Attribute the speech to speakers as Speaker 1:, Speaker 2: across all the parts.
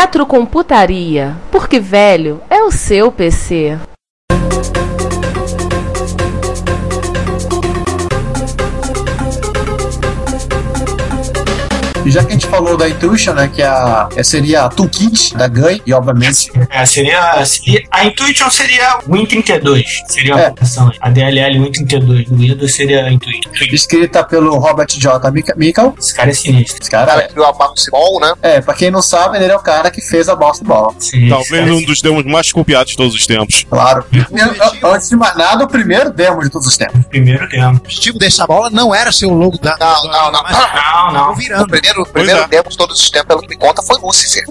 Speaker 1: Retrocomputaria, porque velho é o seu PC.
Speaker 2: E já que a gente falou da Intuition, né, que a, é- seria a toolkit da GAN, e obviamente
Speaker 3: É, seria, seria- A Intuition seria Win32. Seria
Speaker 2: É.
Speaker 3: a versão. A DLL Win32 do Windows seria a Intuition.
Speaker 2: escrita pelo Robert J. Mica- Michael.
Speaker 3: Esse cara é sinistro.
Speaker 2: Esse
Speaker 4: O cara
Speaker 2: cara,
Speaker 4: criou a Bounce Ball, né?
Speaker 2: é, pra quem não sabe, ele é o cara que fez a Bounce Ball,
Speaker 3: Sim, esse
Speaker 5: Talvez
Speaker 3: cara é
Speaker 5: um dos demos mais copiados de todos os tempos.
Speaker 2: claro. Eu- eu- Antes de mais nada, o primeiro demo de todos os tempos.
Speaker 3: o primeiro demo.
Speaker 6: O objetivo dessa bola não era ser o logo da.
Speaker 4: Não, não, não.
Speaker 6: Mas
Speaker 3: Não,
Speaker 6: acabou
Speaker 3: não.
Speaker 4: O
Speaker 6: virando.
Speaker 4: primeiro, o primeiro
Speaker 5: é.
Speaker 4: demo de todos os tempos, pelo que me conta, foi um Lúcifer.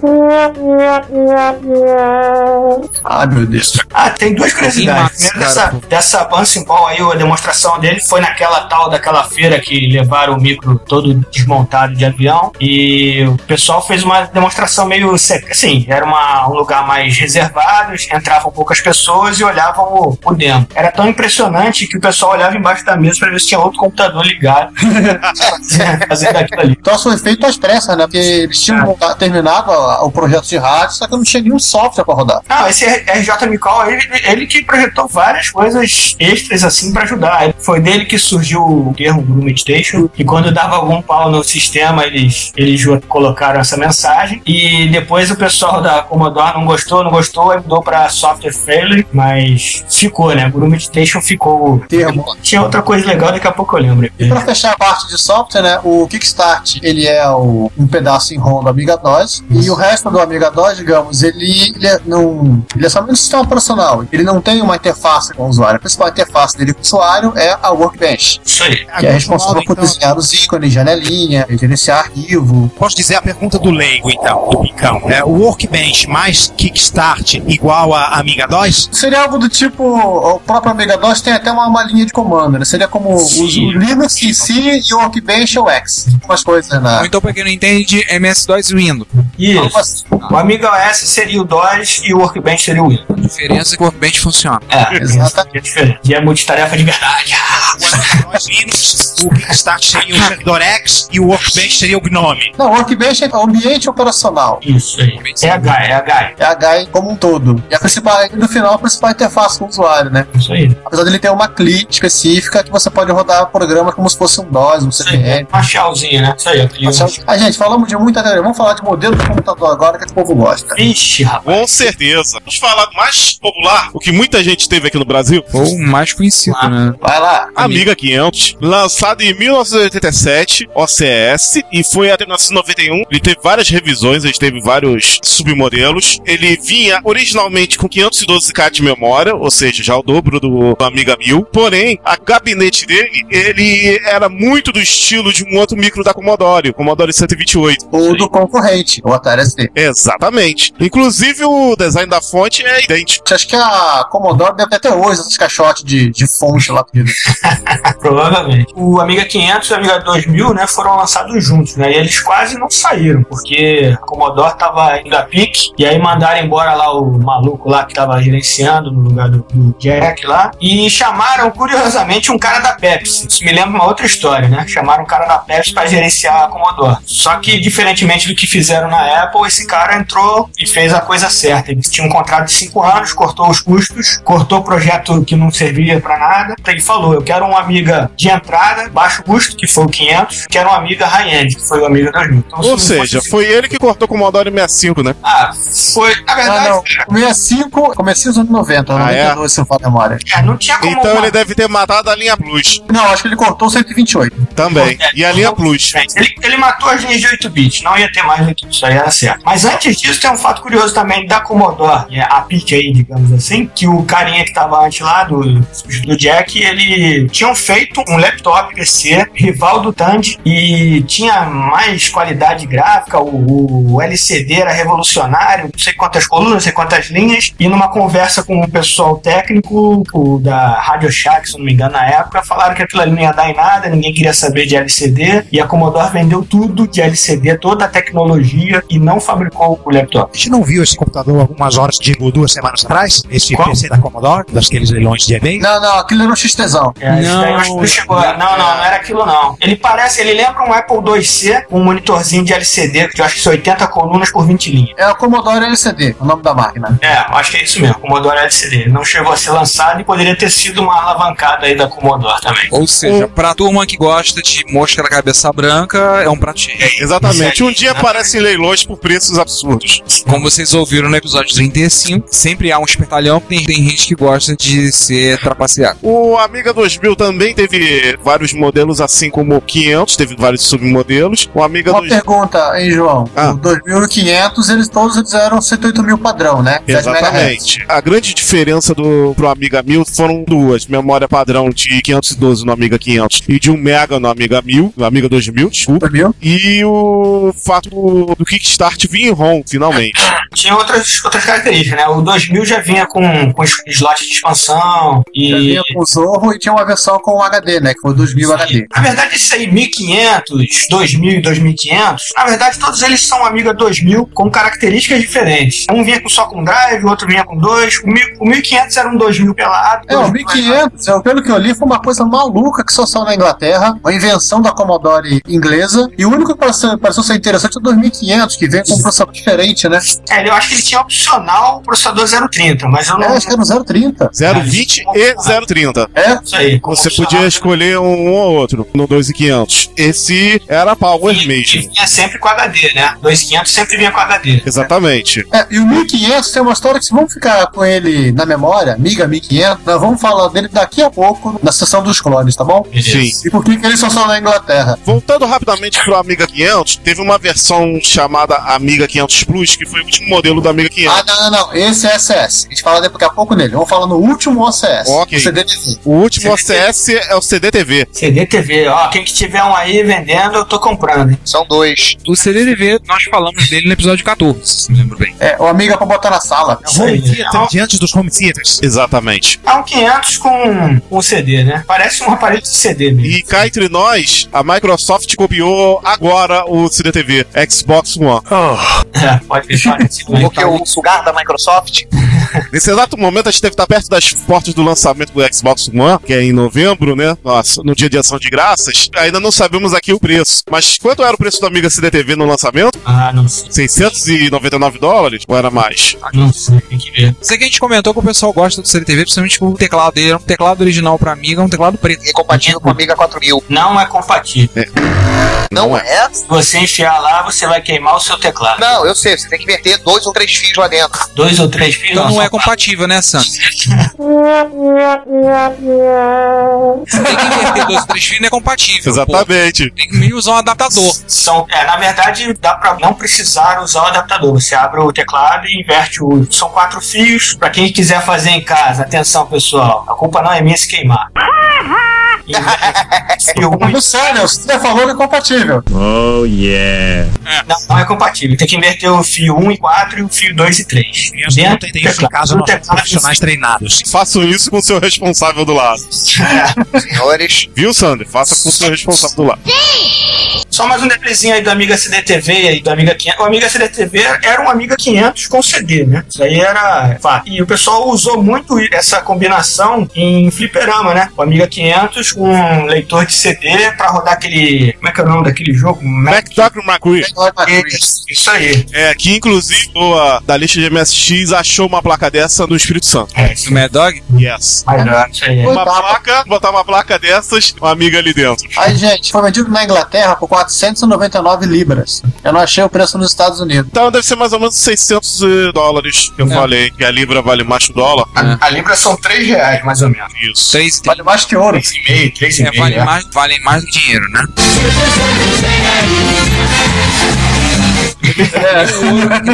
Speaker 2: Ai, meu Deus.
Speaker 3: Ah, tem duas curiosidades.
Speaker 6: Sim, Max,
Speaker 3: Primeiro, dessa,
Speaker 6: cara,
Speaker 3: dessa Bouncing Ball aí, a demonstração dele foi naquela tal daquela feira que levaram o micro todo desmontado de avião. E o pessoal fez uma demonstração meio. sec- Assim, era uma- um lugar mais reservado, entravam poucas pessoas e olhavam o, o demo. Era tão impressionante que o pessoal olhava embaixo da mesa pra ver se tinha outro computador ligado fazendo aquilo ali.
Speaker 2: Então isso foi feito às pressas, né? Porque eles tinham
Speaker 3: Ah.
Speaker 2: monta- terminado a- o projeto de rádio, só que não tinha nenhum software pra rodar.
Speaker 3: Não, Ah, esse RJ Micol, ele, ele que projetou várias coisas extras assim pra ajudar. Foi dele que surgiu o termo Groom Station, e quando dava algum pau no sistema, eles, eles jo- colocaram essa mensagem. E depois o pessoal da Commodore não gostou, não gostou, aí mudou pra Software Failure, mas ficou, né? Groom Station ficou. o
Speaker 2: Termo.
Speaker 3: Tinha outra coisa legal, daqui a pouco eu lembro.
Speaker 2: E pra fechar a parte de software, né? O Kickstart, ele é o- um pedaço em ROM do Amiga DOS. E o resto do Amiga DOS, digamos, ele, ele, é, não, ele é somente um sistema operacional. Ele não tem uma interface com o usuário. A principal interface dele com o usuário é a Workbench,
Speaker 3: Isso aí.
Speaker 2: que é
Speaker 6: Agora,
Speaker 2: responsável por
Speaker 6: então,
Speaker 2: desenhar os ícones, janelinha, gerenciar arquivo.
Speaker 6: Posso dizer a pergunta do leigo, então, do Picão. É, o Workbench mais Kickstart igual a Amiga DOS?
Speaker 2: Seria algo do tipo, o próprio Amiga DOS tem até uma, uma linha de comando, né? Seria como o-
Speaker 3: Sim.
Speaker 2: o Linux em si e o Workbench ou X. Algumas coisas né?
Speaker 7: Ou
Speaker 2: na.
Speaker 7: então, pra quem não entende, MS-DOS Windows.
Speaker 3: Isso.
Speaker 2: Algumas-
Speaker 3: O Amiga OS seria o DOS e o Workbench seria o Windows.
Speaker 7: A diferença é que o Workbench funciona.
Speaker 3: É,
Speaker 2: Exatamente.
Speaker 3: é diferente. E é multitarefa de verdade.
Speaker 6: O Amiga DOS Linux, o Kickstart seria o Serdorex e o Workbench seria o Gnome.
Speaker 2: Não, Workbench é o ambiente operacional.
Speaker 3: Isso aí. É H, é H.
Speaker 2: É a HI como um todo. E a principal, no final, a principal interface com o usuário, né?
Speaker 3: Isso aí.
Speaker 2: Apesar dele ter uma CLI específica que você pode rodar programas como se fosse um DOS, um
Speaker 3: Isso aí,
Speaker 2: CPM.
Speaker 3: uma shellzinha, né? Isso aí, aquele.
Speaker 2: Ah, gente, falamos de muita teoria. Vamos falar de modelo de computador agora que o povo gosta.
Speaker 3: Ixi, rapaz.
Speaker 5: Com certeza. Vamos falar do mais popular, o que muita gente teve aqui no Brasil.
Speaker 7: Ou o mais conhecido, né?
Speaker 2: Vai lá.
Speaker 5: Amiga 500, lançado em 1987, OCS, e foi até 1991. Ele teve várias revisões, ele teve vários submodelos. Ele vinha originalmente com 512K de memória, ou seja, já o dobro do, do Amiga 1000. Porém, a gabinete dele, ele era muito do estilo de um outro micro da Commodore, o Commodore 128.
Speaker 2: Ou do concorrente, o Atari ST.
Speaker 5: Exatamente. Inclusive, o design da fonte é idêntico.
Speaker 2: Acho que a Commodore deve ter até hoje esses caixotes de, de fonte lá pedido.
Speaker 3: Provavelmente. O Amiga 500 e o Amiga 2000, né, foram lançados juntos, né? E eles quase não saíram, porque a Commodore tava indo a pique, e aí mandaram embora lá o maluco lá que tava gerenciando no lugar do, do Jack lá, e chamaram, curiosamente, um cara da Pepsi. Isso me lembra uma outra história, né? Chamaram um cara da Pepsi pra gerenciar a Commodore. Só que, diferentemente do que fizeram na Apple, esse cara entrou e fez a coisa certa. Ele tinha um contrato de 5 anos, cortou os custos, cortou o projeto que não servia pra nada, e falou, eu quero um Amiga Amiga de entrada, baixo custo, que foi o 500, que era uma Amiga high-end, que foi o Amiga 2000. Então, se
Speaker 5: Ou
Speaker 3: não
Speaker 5: seja,
Speaker 3: fosse-
Speaker 5: foi ele que cortou com o Commodore 65, né?
Speaker 3: Ah, foi. Na verdade,
Speaker 2: Ah, não.
Speaker 3: cara,
Speaker 2: 65, comecei nos anos 90,
Speaker 5: Ah, é?
Speaker 2: 92, se eu falo a memória.
Speaker 3: é, não tinha como.
Speaker 5: Então
Speaker 3: uma-
Speaker 5: ele deve ter matado a linha Plus
Speaker 2: Não, acho que ele cortou 128.
Speaker 5: também.
Speaker 3: É,
Speaker 5: E a linha Plus.
Speaker 3: Ele, ele matou as linhas de 8 bits, não ia ter mais 8 bits, isso aí era certo. Mas antes disso, tem um fato curioso também da Commodore, que é a PIC aí, digamos assim, que o carinha que tava antes lá, do, do Jack, ele tinham feito um laptop PC, rival do Tandy, e tinha mais qualidade gráfica, o, o LCD era revolucionário, não sei quantas colunas, não sei quantas linhas, e numa conversa com o pessoal técnico o da Radio Shack, se eu não me engano, na época, falaram que aquilo ali não ia dar em nada, ninguém queria saber de LCD, e a Commodore vendeu tudo de LCD, toda a tecnologia, e não fabricou o laptop.
Speaker 6: A gente não viu esse computador algumas horas, digo, duas semanas atrás? Esse
Speaker 3: Qual?
Speaker 6: PC da Commodore, daqueles leilões de eBay?
Speaker 2: Não, não, aquilo era um xtezão.
Speaker 3: É, isso daí eu acho que não chegou. Não, não, não era aquilo não. Ele parece, ele lembra um Apple IIc, um monitorzinho de LCD, que eu acho que são 80 colunas por 20 linhas.
Speaker 2: É o Commodore LCD, o nome da máquina.
Speaker 3: É, eu acho que é isso mesmo, Commodore LCD. Não chegou a ser lançado e poderia ter sido uma alavancada aí da Commodore também.
Speaker 7: Ou seja, pra turma que gosta de mosca na cabeça branca, é um pratinho.
Speaker 5: Exatamente. Um dia aparecem leilões por preços absurdos.
Speaker 7: Como vocês ouviram no episódio 35, sempre há um espertalhão que tem, tem gente que gosta de ser trapaceado.
Speaker 5: O Amiga 2000 também teve vários modelos, assim como o 500, teve vários submodelos. O Amiga
Speaker 2: Uma
Speaker 5: 2000.
Speaker 2: pergunta, hein, João?
Speaker 5: Ah.
Speaker 2: O 2500, eles todos eles eram 108 mil padrão, né? 7 megahertz.
Speaker 5: Exatamente. A grande diferença do pro Amiga 1000 foram duas: memória padrão de 512 no Amiga 500 e de 1 mega no Amiga 1000, no Amiga 2000, desculpa.
Speaker 2: 8 mil?
Speaker 5: E o fato do, do Kickstart vir em ROM, finalmente.
Speaker 3: Tinha outras, outras características, né? O 2000 já vinha com, com es- slot de expansão
Speaker 2: Já
Speaker 3: e...
Speaker 2: vinha com o Zorro e tinha uma versão com HD, né? Que foi o 2000 HD.
Speaker 3: Na verdade, isso aí, 1500, 2000 e 2500, na verdade, todos eles são Amiga 2000 com características diferentes. Um vinha com- só com drive, o outro vinha com dois. O, mil- o 1500 era um 2000 pelado.
Speaker 2: É, o
Speaker 3: 2000
Speaker 2: 1500, eu- pelo que eu li, foi uma coisa maluca que só saiu na Inglaterra, uma invenção da Commodore inglesa, e o único que pareceu, pareceu ser interessante é o 2500, que veio com um processador diferente, né?
Speaker 3: É, eu acho que ele tinha opcional o processador 030, mas eu
Speaker 2: É,
Speaker 3: não...
Speaker 2: acho que era o 030.
Speaker 5: 020 e 030.
Speaker 2: É,
Speaker 3: Isso aí.
Speaker 5: Você
Speaker 3: opcional.
Speaker 5: podia escolher um ou outro no 2500. Esse era Power
Speaker 3: E-
Speaker 5: mesmo.
Speaker 3: E vinha sempre com HD, né? 2500 sempre vinha com HD.
Speaker 5: Exatamente.
Speaker 2: É, e o 1500 tem uma história que se vamos ficar com ele na memória, Miga 1500, nós vamos falar dele daqui a pouco na sessão dos clones, tá bom?
Speaker 5: Sim.
Speaker 2: E por que que ele só saiu na Inglaterra? Ah,
Speaker 5: Voltando rapidamente pro Amiga 500, teve uma versão chamada Amiga 500 Plus, que foi o último modelo do Amiga 500.
Speaker 2: Ah, não, não, não, esse é SS. A gente fala daqui a pouco nele. Vamos falar no último OCS.
Speaker 5: Ok.
Speaker 2: O CDTV.
Speaker 5: O último OCS é o CDTV.
Speaker 3: CDTV, ó, quem que tiver um aí vendendo, eu tô comprando. Então, hein?
Speaker 4: São dois.
Speaker 7: O CDTV, nós falamos dele no episódio 14, se me lembro bem.
Speaker 2: É, o Amiga pra botar na sala.
Speaker 3: Isso aí. É um-
Speaker 6: Diante dos home theaters.
Speaker 5: Exatamente.
Speaker 3: É um 500 com com CD, né? Parece um aparelho de CD mesmo.
Speaker 5: E cá entre nós, a Microsoft copiou agora o CDTV, Xbox One.
Speaker 3: É, pode deixar nesse
Speaker 6: tá
Speaker 3: momento.
Speaker 4: Porque o lugar da Microsoft
Speaker 5: Nesse exato momento, a gente deve estar perto das portas do lançamento do Xbox One, que é em novembro, né? Nossa, no dia de ação de graças. Ainda não sabemos aqui o preço. Mas quanto era o preço do Amiga CDTV no lançamento?
Speaker 3: Ah, não sei.
Speaker 5: 699 dólares? Ou era mais?
Speaker 3: Não sei, tem que ver.
Speaker 7: Sei que a gente comentou que o pessoal gosta do CDTV, principalmente o teclado dele. É um teclado original pra Amiga, é um teclado preto.
Speaker 4: é compatível com a Amiga 4000.
Speaker 3: Não é compatível.
Speaker 4: Não é?
Speaker 3: Se você enfiar lá, você vai queimar o seu teclado.
Speaker 4: Não, eu sei. Você tem que meter dois ou três fios lá dentro.
Speaker 3: Dois ou três fios.
Speaker 7: Então não é
Speaker 3: são
Speaker 7: compatível, né, Santos? Você tem que inverter dois, três fios, não é compatível. pô.
Speaker 5: Exatamente.
Speaker 7: Tem que meio usar um adaptador.
Speaker 3: São, é, na verdade, dá pra não precisar usar o adaptador. Você abre o teclado e inverte o. São quatro fios. Pra quem quiser fazer em casa, atenção pessoal, a culpa não é minha se queimar. Inverte fio um e-
Speaker 2: Falando sério, você falou que é compatível.
Speaker 3: não, não é compatível. Tem que inverter o fio 1 e 4 e o fio 2 e 3.
Speaker 6: Crianças não tem isso em casa, nós somos profissionais treinados.
Speaker 5: Façam isso com o seu responsável do lado.
Speaker 4: Senhores,
Speaker 5: Viu, Sander? Faça com o seu responsável do lado.
Speaker 3: Só mais um detalhezinho aí do Amiga CDTV e do Amiga 500. O Amiga CDTV era um Amiga 500 com CD, né? Isso aí era fato. E o pessoal usou muito essa combinação em fliperama, né? O Amiga 500 um leitor de CD pra rodar aquele. Como é que é o nome daquele jogo? Mac.
Speaker 5: MacDoctor McCree.
Speaker 3: Isso, isso aí.
Speaker 5: É, que inclusive boa, da lista de MSX achou uma placa dessa no Espírito Santo.
Speaker 3: É,
Speaker 7: Do Mad Dog?
Speaker 5: Yes.
Speaker 3: mas não, isso aí. é.
Speaker 5: Uma
Speaker 2: Oitava.
Speaker 5: placa, botar uma placa dessas, uma amiga ali dentro.
Speaker 2: Aí, gente, foi vendido na Inglaterra por 499 libras. Eu não achei o preço nos Estados Unidos.
Speaker 5: Então deve ser mais ou menos 600 dólares. que Eu
Speaker 7: É.
Speaker 5: falei que a libra vale mais que o dólar.
Speaker 2: Ah,
Speaker 3: A, a Libra são 3 reais, mais ou menos.
Speaker 5: Isso.
Speaker 7: Três
Speaker 2: Vale mais que ouro.
Speaker 3: 3,5,
Speaker 7: é,
Speaker 3: 3,5.
Speaker 5: né?
Speaker 7: vale,
Speaker 3: é.
Speaker 7: mais, vale mais do que dinheiro, né? É.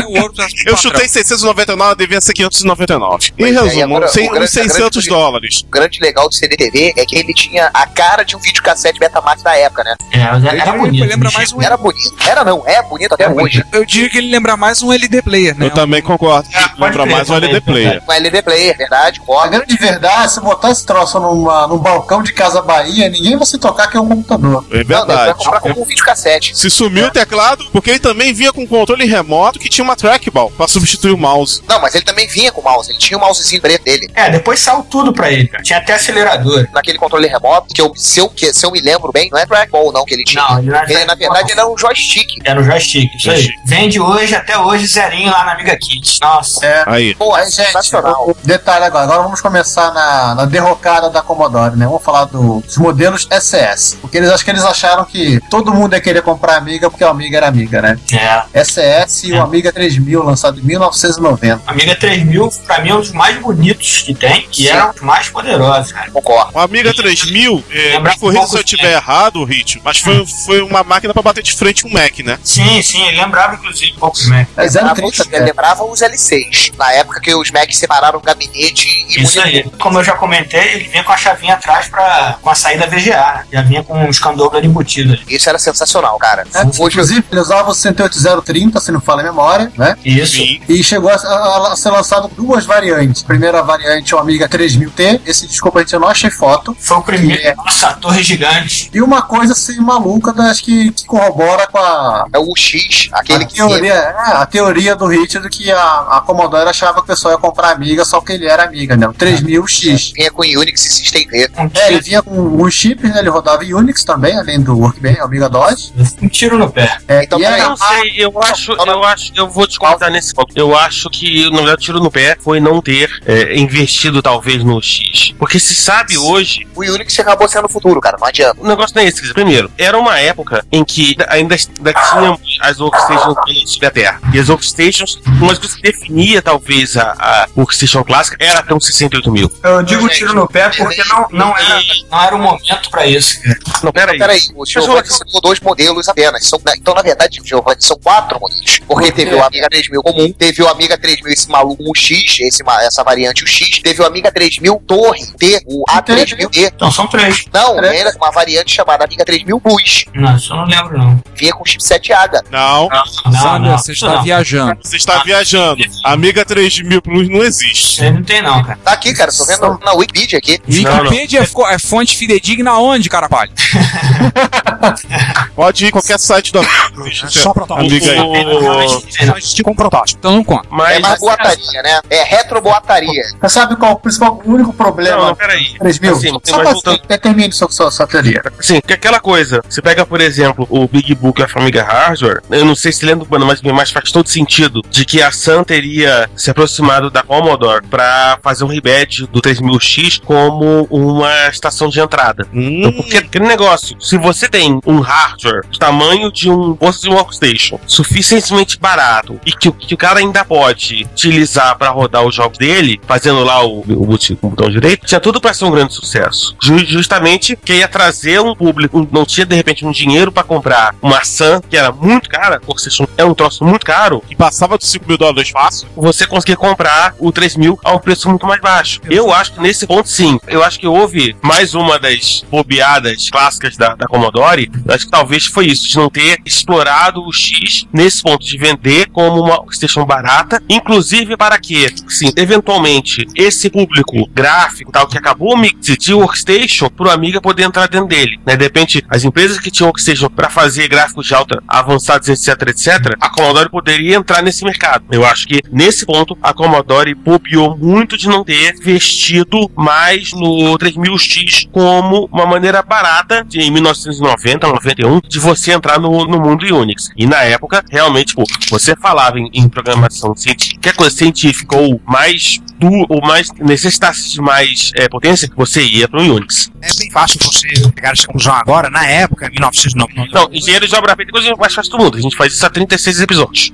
Speaker 7: O ouro tá
Speaker 5: Eu chutei 699, devia ser 599. Em
Speaker 4: Mas aí
Speaker 5: resumo,
Speaker 4: agora,
Speaker 5: cem-
Speaker 4: o grande-
Speaker 5: uns 600
Speaker 4: grande-
Speaker 5: dólares.
Speaker 4: O grande legal do CDTV é que ele tinha a cara de um videocassete Betamax da época, né?
Speaker 3: É, mas era, era
Speaker 7: Ele
Speaker 3: bonito.
Speaker 7: lembra
Speaker 3: bicho.
Speaker 7: mais
Speaker 6: é.
Speaker 7: um.
Speaker 4: Era bonito. Era não, é bonito até
Speaker 3: É
Speaker 4: hoje.
Speaker 7: Eu diria que ele lembra mais um LD player, né?
Speaker 5: Eu também concordo.
Speaker 3: É, pode
Speaker 5: Lembra
Speaker 3: crer,
Speaker 5: mais um
Speaker 3: também,
Speaker 5: LD Player.
Speaker 4: Um LD player, verdade,
Speaker 2: A
Speaker 4: óbvio.
Speaker 2: grande verdade é se botar esse troço numa, num balcão de casa Bahia, ninguém vai se tocar que é um computador.
Speaker 5: É
Speaker 4: Não, não, vai
Speaker 5: verdade.
Speaker 4: comprar É. como um videocassete.
Speaker 5: Se sumiu o teclado, porque ele também vinha com controle remoto que tinha uma trackball pra substituir o mouse.
Speaker 4: Não, mas ele também vinha com o mouse. Ele tinha o mousezinho preto dele.
Speaker 3: É, depois saiu tudo pra ele, cara. Tinha até acelerador.
Speaker 4: Naquele controle remoto, que eu, se, eu, que, se eu me lembro bem, não é trackball não que ele tinha.
Speaker 3: Não, ele não era
Speaker 4: Ele, na
Speaker 3: trackball.
Speaker 4: verdade, era um joystick.
Speaker 3: Era o joystick, isso aí. Vende hoje, até hoje, zerinho lá na Amiga Kids. Nossa.
Speaker 2: É.
Speaker 5: Aí.
Speaker 4: Pô,
Speaker 2: Aí, gente,
Speaker 4: sensacional.
Speaker 2: detalhe agora. Agora vamos começar na, na derrocada da Commodore, né? Vamos falar do- dos modelos SS. Porque eles acho que eles acharam que todo mundo ia querer comprar Amiga porque a Amiga era Amiga, né?
Speaker 3: É.
Speaker 2: SS e
Speaker 3: É.
Speaker 2: o Amiga 3000, lançado em 1990.
Speaker 3: A Amiga 3000, pra mim, é um dos mais bonitos que tem. E
Speaker 4: Sim.
Speaker 3: era um dos mais poderosos, cara.
Speaker 4: Concordo.
Speaker 5: O Amiga 3000, é,
Speaker 3: Lembra
Speaker 5: me corrija se
Speaker 3: pouco
Speaker 5: eu
Speaker 3: que
Speaker 5: tiver errado, Rit, mas foi, foi uma máquina pra bater de frente com o Mac, né?
Speaker 3: Sim, sim, ele lembrava, inclusive, um pouco do Mac.
Speaker 2: É
Speaker 4: Lembrava
Speaker 2: 030,
Speaker 4: os,
Speaker 2: né?
Speaker 4: lembrava os L6. Na época que os Macs separaram o gabinete e
Speaker 3: Isso aí. Como eu já comentei, ele vinha com a chavinha atrás pra, com a saída VGA, né? Já vinha com um escandobler embutido ali.
Speaker 4: Isso era sensacional, cara.
Speaker 2: É,
Speaker 4: Hoje
Speaker 2: inclusive, eles usavam o 68030, se não falha a memória, né?
Speaker 3: Isso.
Speaker 5: Sim.
Speaker 2: E chegou a, a- a ser lançado duas variantes. Primeira variante é o Amiga 3000T. Esse, desculpa, gente, eu não achei foto.
Speaker 3: Foi o primeiro.
Speaker 2: É.
Speaker 3: Nossa, a torre gigante.
Speaker 2: E uma coisa assim maluca, né, acho que, que corrobora com a,
Speaker 4: é o X, aquele
Speaker 2: a
Speaker 3: um
Speaker 4: que.
Speaker 2: teoria, é, a teoria do Richard que a, a Commodore achava que o pessoal ia comprar Amiga, só que ele era Amiga, né? O 3000X.
Speaker 4: Vinha com Unix e System V.
Speaker 3: Um
Speaker 2: É, ele
Speaker 3: tiro,
Speaker 2: vinha com um chip, né? Ele rodava em Unix também, além do Workbench, Amiga DOS.
Speaker 3: um tiro no pé.
Speaker 2: É,
Speaker 4: Então,
Speaker 2: e aí,
Speaker 4: peraí.
Speaker 8: Não sei, eu acho, eu acho, eu vou discordar nesse ponto. Eu acho que, na verdade, o tiro no pé foi não ter é, investido, talvez, no X. Porque se sabe hoje,
Speaker 4: O Unix acabou sendo o futuro, cara. Não adianta.
Speaker 8: o negócio não é esse. quer dizer, Primeiro, era uma época em que ainda, ainda tínhamos as workstations dominantes da Terra. E as workstations, uma coisa que definia, talvez, a, a workstation clássica era ter um 68 mil.
Speaker 3: Eu digo tiro no pé porque não, não, era, não era o momento pra isso, cara.
Speaker 8: Não,
Speaker 6: É
Speaker 8: peraí.
Speaker 4: Peraí, o Giovanni
Speaker 8: Giovanni-
Speaker 4: citou dois modelos apenas. São- então, na verdade, Giovanni, são quatro modelos.
Speaker 6: Uhum.
Speaker 4: Porque teve o Amiga 3000 comum, teve o Amiga 3000, esse maluco, o X, esse ma- essa variante, o X, teve o Amiga 3000 Torre, T, o A3000E.
Speaker 3: Então são três.
Speaker 4: Não,
Speaker 2: Caraca.
Speaker 4: era uma variante chamada Amiga 3000 Plus.
Speaker 3: Não, isso eu não lembro, não.
Speaker 4: Vinha com chipset ADA.
Speaker 5: Não,
Speaker 3: Não,
Speaker 7: Sandra,
Speaker 3: não,
Speaker 7: você
Speaker 3: isso
Speaker 7: está
Speaker 3: não.
Speaker 7: viajando.
Speaker 5: você está viajando. Amiga 3000 Plus não existe.
Speaker 3: Isso aí não tem, não, cara.
Speaker 4: Tá aqui, cara, tô vendo na Wikipedia aqui.
Speaker 7: Wikipedia é fo- é fonte fidedigna onde, carapalho?
Speaker 5: Pode ir em qualquer site da
Speaker 6: Só protótipo.
Speaker 5: Amiga aí.
Speaker 6: O- Só existia um protótipo.
Speaker 7: Então não conta.
Speaker 4: É
Speaker 8: Mas, assim,
Speaker 4: mais
Speaker 6: assim,
Speaker 4: boataria, né? É retroboataria.
Speaker 2: você sabe qual o principal, é o único
Speaker 8: não,
Speaker 2: problema
Speaker 8: não, peraí.
Speaker 2: 3000?
Speaker 8: Assim,
Speaker 2: Só
Speaker 8: mas
Speaker 2: pra-
Speaker 8: voltando-
Speaker 2: determine sua, sua, sua teoria.
Speaker 8: Assim, que aquela coisa, você pega, por exemplo, o Big Book e a família Hardware, eu não sei se lembra, mano, mas, mas faz todo sentido de que a Sun teria se aproximado da Commodore pra fazer um rebadge do 3000X como uma estação de entrada. Então,
Speaker 5: Hum,
Speaker 8: Porque aquele negócio, se você tem um hardware do tamanho de um bolso de um workstation, suficientemente barato, e que, o- que o cara ainda pode utilizar pra rodar os jogos dele, fazendo lá o, o, boot- o botão direito, tinha tudo pra ser um grande sucesso. Ju- justamente que ia trazer um público, um- não tinha de repente um dinheiro pra comprar uma maçã, que era muito cara, workstation é um troço muito caro,
Speaker 5: e passava dos 5 mil dólares fácil.
Speaker 8: você conseguir comprar o 3000 a um preço muito mais baixo. Eu acho que nesse ponto sim. Eu acho que houve mais uma das bobeadas clássicas da, da Commodore. Eu acho que talvez foi isso, de não ter explorado o X nesse ponto de vender como uma workstation barata, inclusive para que, sim, eventualmente, esse público gráfico tal que acabou mix de workstation para o Amiga poder entrar dentro dele. Né? De repente, as empresas que tinham workstation para fazer gráficos de alta avançados, etc, etc, a Commodore poderia entrar nesse mercado. Eu acho que nesse ponto a Commodore bobeou muito de não ter investido mais no 3000X como uma maneira barata de, em 1990, 91, de você entrar no, no mundo Unix. E na época, realmente, pô, você falava em, em programação científica, qualquer coisa científica ou mais du, ou mais necessitasse de mais é, potência, você ia para o Unix.
Speaker 6: É bem fácil você pegar essa conclusão agora, na época, em 1990.
Speaker 8: Então, engenheiro de obra feita é a coisa mais fácil do mundo. A gente faz isso há 36 episódios.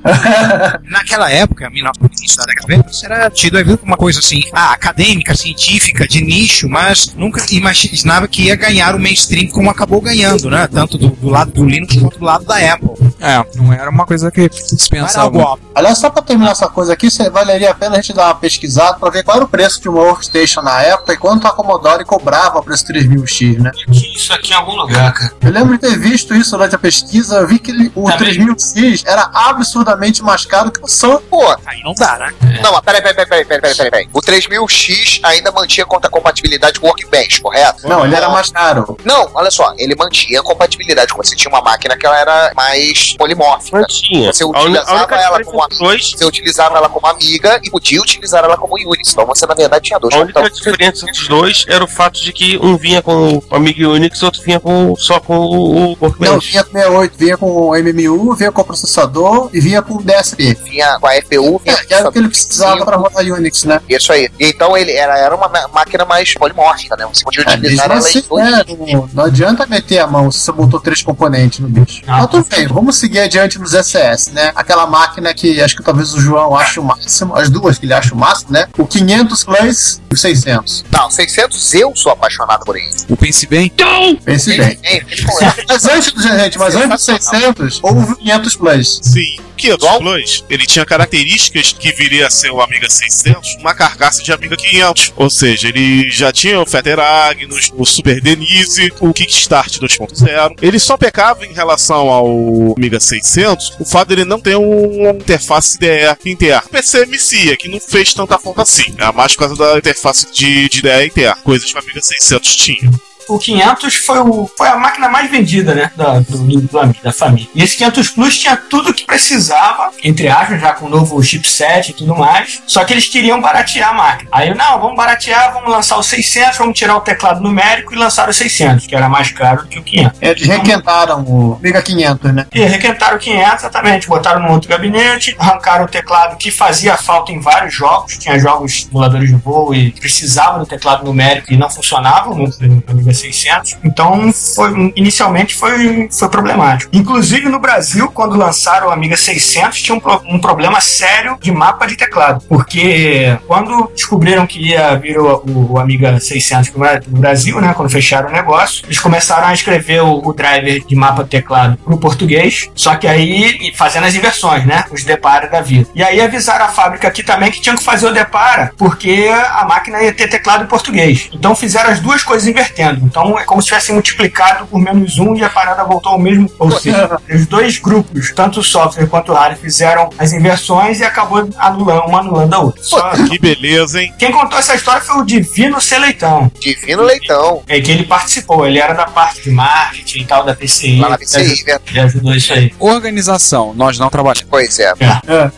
Speaker 6: Naquela época, 1990, da década de 90, isso era tido aí como uma coisa assim, ah, acadêmica, científica, de nicho, mas nunca imaginava que ia ganhar o mainstream como acabou ganhando, né? Tanto do, do lado do Linux quanto do lado da Apple.
Speaker 7: É, não era uma coisa que se
Speaker 6: Era
Speaker 7: pensava.
Speaker 6: golpe.
Speaker 2: Aliás, só pra terminar essa coisa aqui, cê- valeria a pena a gente dar uma pesquisada pra ver qual era o preço de uma workstation na época e quanto a Commodore cobrava pra esse 3000X, né?
Speaker 3: Eu tinha isso aqui em algum lugar, cara.
Speaker 2: Eu lembro de ter visto isso durante a pesquisa, eu vi que ele- o
Speaker 3: Tá
Speaker 2: 3000X era absurdamente mais caro que o Sun.
Speaker 4: Pô,
Speaker 6: Aí não dá, né?
Speaker 4: não, mas peraí, peraí, peraí, peraí, peraí, peraí, peraí. O 3000X ainda mantinha contra compatibilidade com o Workbench, correto?
Speaker 2: Não, ele era mais caro.
Speaker 4: Não, olha só, ele mantinha a compatibilidade. Quando você tinha uma máquina que ela era mais polimórfica.
Speaker 8: Tinha.
Speaker 4: Você
Speaker 8: A uni- a
Speaker 4: utilizava
Speaker 8: única
Speaker 4: ela
Speaker 8: diferença
Speaker 4: como
Speaker 8: dos dois
Speaker 4: Você utilizava ela como amiga e podia utilizar ela como Unix. Então você, na verdade, tinha dois
Speaker 8: A única
Speaker 4: computadores.
Speaker 8: diferença dos dois era o fato de que um vinha com o Amiga Unix, outro vinha com, o- só com o o
Speaker 2: Não,
Speaker 8: Workbench.
Speaker 2: vinha com 68, vinha com o MMU, vinha com o processador e vinha com o DSP.
Speaker 4: Vinha com a FPU, vinha
Speaker 2: Que era o É, que ele
Speaker 4: Sim.
Speaker 2: precisava pra rodar Unix, né?
Speaker 4: né? Isso aí. E então ele era, era uma ma- máquina mais polimórfica, né? Você podia
Speaker 2: É, mesmo
Speaker 4: utilizar ela
Speaker 2: assim,
Speaker 4: em dois.
Speaker 2: né, não, não adianta meter a mão se você botou três componentes no bicho.
Speaker 3: Ah.
Speaker 2: Mas tudo bem, vamos seguir adiante nos SS, né? Aquela máquina que acho que talvez o João ache o máximo, as duas que ele acha o máximo, né? O 500 Plus e o 600.
Speaker 4: Não, 600 eu sou apaixonado por ele.
Speaker 7: O Pense Bem,
Speaker 2: Pense bem.
Speaker 4: Ele- ele- ele- ele-
Speaker 2: Mas antes do gente, mas antes do 600, houve o 500 Plus.
Speaker 5: Sim. O 500
Speaker 4: Qual?
Speaker 5: Plus, ele tinha características que viria a ser o Amiga 600, uma carcaça de Amiga 500. Ou seja, ele já tinha o Fetter Agnus, o Super Denise, o Kickstart 2.0. Ele só pecava em relação ao Amiga 600 o fato dele não ter uma interface IDE interna. PC MCIA, é que não fez tanta falta assim. É mais por causa da interface de, de IDE interna, coisas que o Amiga 600 tinha.
Speaker 3: o 500 foi, o, foi a máquina mais vendida, né? Da, do, do Amiga, da família. E esse 500 Plus tinha tudo que precisava, entre aspas, já com o novo chipset e tudo mais. Só que eles queriam baratear a máquina. Aí, não, vamos baratear, vamos lançar o 600, vamos tirar o teclado numérico e lançar o 600, que era mais caro que o 500.
Speaker 2: Eles requentaram o Amiga 500, né?
Speaker 3: E requentaram o 500, exatamente. Botaram num outro gabinete, arrancaram o teclado que fazia falta em vários jogos. Tinha jogos simuladores de voo e precisava do teclado numérico e não funcionava no no Amiga 600. Então, foi, inicialmente foi, foi problemático. Inclusive no Brasil, quando lançaram o Amiga 600, tinha um, pro- um problema sério de mapa de teclado. Porque quando descobriram que ia vir o, o- o Amiga 600 no Brasil, né, quando fecharam o negócio, eles começaram a escrever o, o driver de mapa de teclado pro português, só que aí e fazendo as inversões, né, os deparos da vida. E aí avisaram a fábrica aqui também que tinham que fazer o depara, porque a máquina ia ter teclado em português. Então fizeram as duas coisas invertendo. Então é como se tivesse multiplicado por menos um e a parada voltou ao mesmo. Ou seja, os dois grupos, tanto o software quanto o hardware, fizeram as inversões e acabou anulando uma anulando a outra. Só-
Speaker 5: Que beleza, hein?
Speaker 3: Quem contou essa história foi o Divino Seleitão,
Speaker 4: Divino Leitão,
Speaker 3: é que ele participou, ele era da parte de marketing e tal, da PCI.
Speaker 4: lá na
Speaker 2: é.
Speaker 3: Ele
Speaker 4: PCI,
Speaker 3: ajudou-
Speaker 4: né?
Speaker 3: Ele ajudou isso aí.
Speaker 7: organização, nós não trabalhamos.
Speaker 4: Pois é.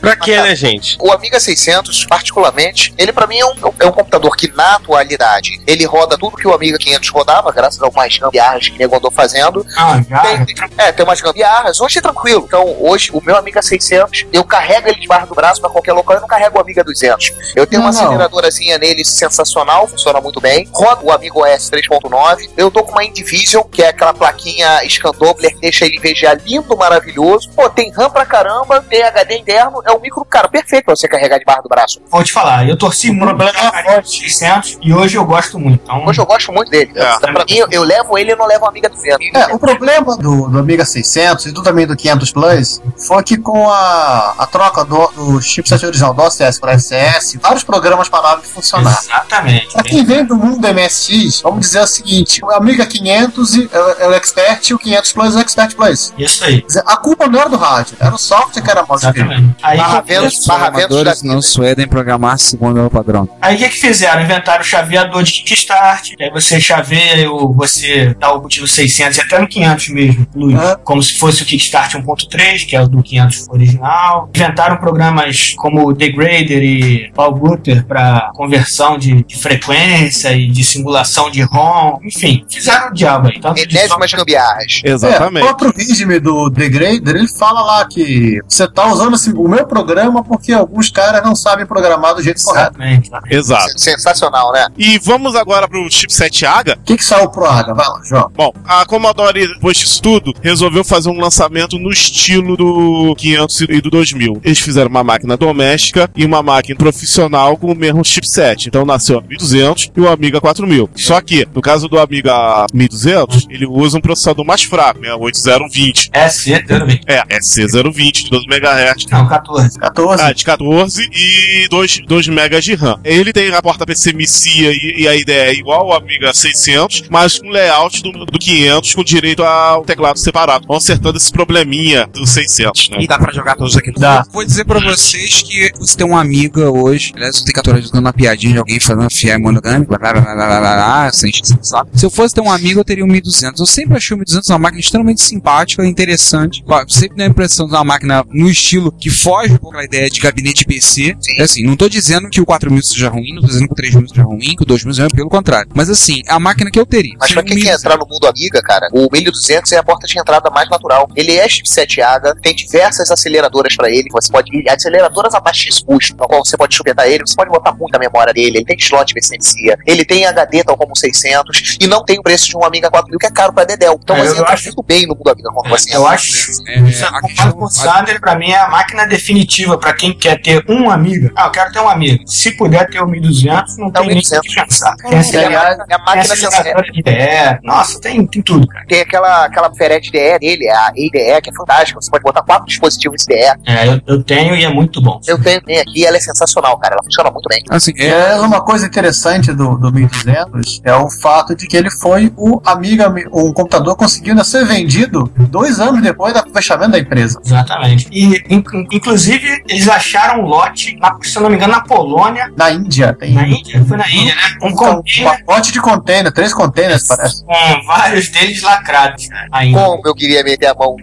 Speaker 8: Pra quê, né, gente?
Speaker 4: O Amiga 600, particularmente, ele pra mim é um, é um computador que, na atualidade, ele roda tudo que o Amiga 500 rodava, graças a algumas gambiarras que o nego andou fazendo.
Speaker 3: Ah, já?
Speaker 4: Tem- é, tem umas gambiarras. Hoje é tranquilo. Então, hoje, o meu Amiga 600, eu carrego ele debaixo do braço pra qualquer local. Eu não carrego o Amiga 200. Eu tenho
Speaker 2: Não,
Speaker 4: uma
Speaker 2: não.
Speaker 4: aceleradorazinha nele sensacional, funciona muito bem. Roda o Amiga OS 3.9. Eu tô com uma Indivision, que é aquela plaquinha Scandobler, que deixa ele VGA lindo, maravilhoso. Pô, tem RAM pra caramba, tem HD interno. É um micro, cara, perfeito pra você carregar debaixo do braço.
Speaker 3: Vou te falar, eu torci
Speaker 2: O
Speaker 3: muito
Speaker 2: problema é a
Speaker 3: pra 600 e hoje eu gosto muito. Então,
Speaker 4: Hoje eu gosto muito dele.
Speaker 5: É.
Speaker 4: Amiga, pra mim, eu levo ele e não levo a Amiga 200.
Speaker 2: É, o problema do, do Amiga 600 e do, também do 500 Plus foi que com a, a troca do, do chipset original do OCS para SS, vários programas pararam de funcionar.
Speaker 3: Exatamente.
Speaker 2: Pra quem vem do mundo do MSX, vamos dizer o seguinte: o Amiga 500 e- é, é o Expert e o 500 Plus é o Expert Plus.
Speaker 3: Isso aí.
Speaker 2: Quer dizer, A culpa não era do rádio, era o software que era mal escrito.
Speaker 3: Exatamente. Aí
Speaker 4: Barra
Speaker 3: o que
Speaker 4: Ventos, Barra Ventos da
Speaker 7: programadores
Speaker 4: vida.
Speaker 7: não suedem programar segundo o padrão.
Speaker 3: Aí o que, que fizeram? Inventaram o chaveador de kickstart. Aí você chaveia, o- você dá o boot no 600 e até no 500 mesmo, Luiz.
Speaker 2: Aham.
Speaker 3: Como se fosse o kickstart 1.3, que é o do 500 original. Inventaram programas como o Degrader e Paul Gutter para conversão de, de frequência e de simulação de ROM. Enfim, fizeram o diabo aí. Tanto de
Speaker 4: Enésimas
Speaker 3: software-
Speaker 4: gambiarras.
Speaker 2: É, o próprio Vigime do Degrader, ele fala lá que você tá usando assim, o meu programa porque alguns caras não sabem programar do jeito correto.
Speaker 3: Exatamente.
Speaker 5: Exato.
Speaker 4: Sensacional, né?
Speaker 5: E vamos agora pro chipset AGA,
Speaker 2: O que que saiu pro Aga? Vai lá, João.
Speaker 5: Bom, a Commodore, depois disso tudo, resolveu fazer um lançamento no estilo do 500 e do 2000. Eles fizeram uma máquina doméstica e uma máquina profissional com o mesmo chipset. Então nasceu a 1200 e o Amiga 4000. Só que, no caso do Amiga 1200, ele usa um processador mais fraco, 68020.
Speaker 3: É, C, tudo bem.
Speaker 5: É, é C020 de 12 MHz.
Speaker 3: Não, 14.
Speaker 2: 14.
Speaker 5: Ah, de 14 e 2, 2 MB de RAM. Ele tem a porta PC Missia e, e a ideia é igual ao Amiga 600, mas com layout do, do 500 com direito ao teclado separado, consertando esse probleminha do 600, né?
Speaker 6: E dá pra jogar todos aqui no
Speaker 2: Dá.
Speaker 7: Vou dizer pra vocês que você tem uma amiga hoje, aliás, eu tenho 14 anos dando uma piadinha de alguém falando fiar e monogâmico, blá blá blá blá blá blá, blá, sem encher o saco. Se eu fosse ter um amigo, eu teria um 1200. Eu sempre achei o 1200 uma máquina extremamente simpática, interessante. Pá, Sempre deu a impressão de uma máquina no estilo que foge um pouco da ideia de gabinete PC. É assim, não tô dizendo que o 4000 seja ruim, não tô dizendo que o 3000 seja ruim, que o 2000 seja ruim, pelo contrário. Mas assim, é a máquina que eu teria.
Speaker 4: Mas pra
Speaker 7: Seria um
Speaker 3: é?
Speaker 4: quem quer
Speaker 7: 1200.
Speaker 4: entrar no mundo Amiga, cara, o 1200 é a porta de entrada mais natural. Ele é chipset AGA, tem diversas aceleradoras pra ele, você pode ir aceleradoras a baixíssimo custo, na qual você pode chupetar ele, você pode botar muita memória dele, ele tem slot licencia, ele tem HD tal como o 600 e não tem o preço de um Amiga 4000 que é caro pra Dedel. Então
Speaker 3: É,
Speaker 4: você
Speaker 3: eu
Speaker 4: entra
Speaker 3: acho-
Speaker 4: muito bem no mundo Amiga quando você
Speaker 3: Eu
Speaker 4: entra.
Speaker 3: acho
Speaker 7: É,
Speaker 3: Isso é
Speaker 7: a
Speaker 3: concordo
Speaker 7: questão-
Speaker 3: com o Sander, pra mim é a máquina definitiva pra quem quer ter um amigo. Ah, eu quero ter um amigo. Se puder ter um o 1200, não
Speaker 4: Dá
Speaker 3: tem nem o que
Speaker 4: 1200.
Speaker 3: pensar. Tem
Speaker 4: É a
Speaker 3: acelerador,
Speaker 4: máquina- é a
Speaker 3: tem
Speaker 4: máquina sensata.
Speaker 3: acelerador de IDE. Nossa, tem, tem tudo, cara.
Speaker 4: Tem aquela, aquela ferete IDE dele, a IDE, que é fantástica. Você pode botar quatro dispositivos IDE.
Speaker 3: É, eu, eu tenho e é muito bom.
Speaker 4: Eu tenho também aqui, ela é sensacional, cara. Ela funciona muito bem.
Speaker 7: Assim, é,
Speaker 2: É uma coisa interessante do, do 1200 é o fato de que ele foi o Amiga, um computador conseguindo ser vendido dois anos depois do fechamento da empresa.
Speaker 3: Exatamente. E, in- in- inclusive, eles acharam um lote, na- se eu não me engano, na Polônia.
Speaker 2: Na Índia tem
Speaker 3: Na Índia? Foi na Índia, né? Um
Speaker 2: um
Speaker 3: container
Speaker 2: pacote de container, três containers parece.
Speaker 3: com vários deles lacrados, cara. Ainda.
Speaker 4: Como eu queria meter a mão.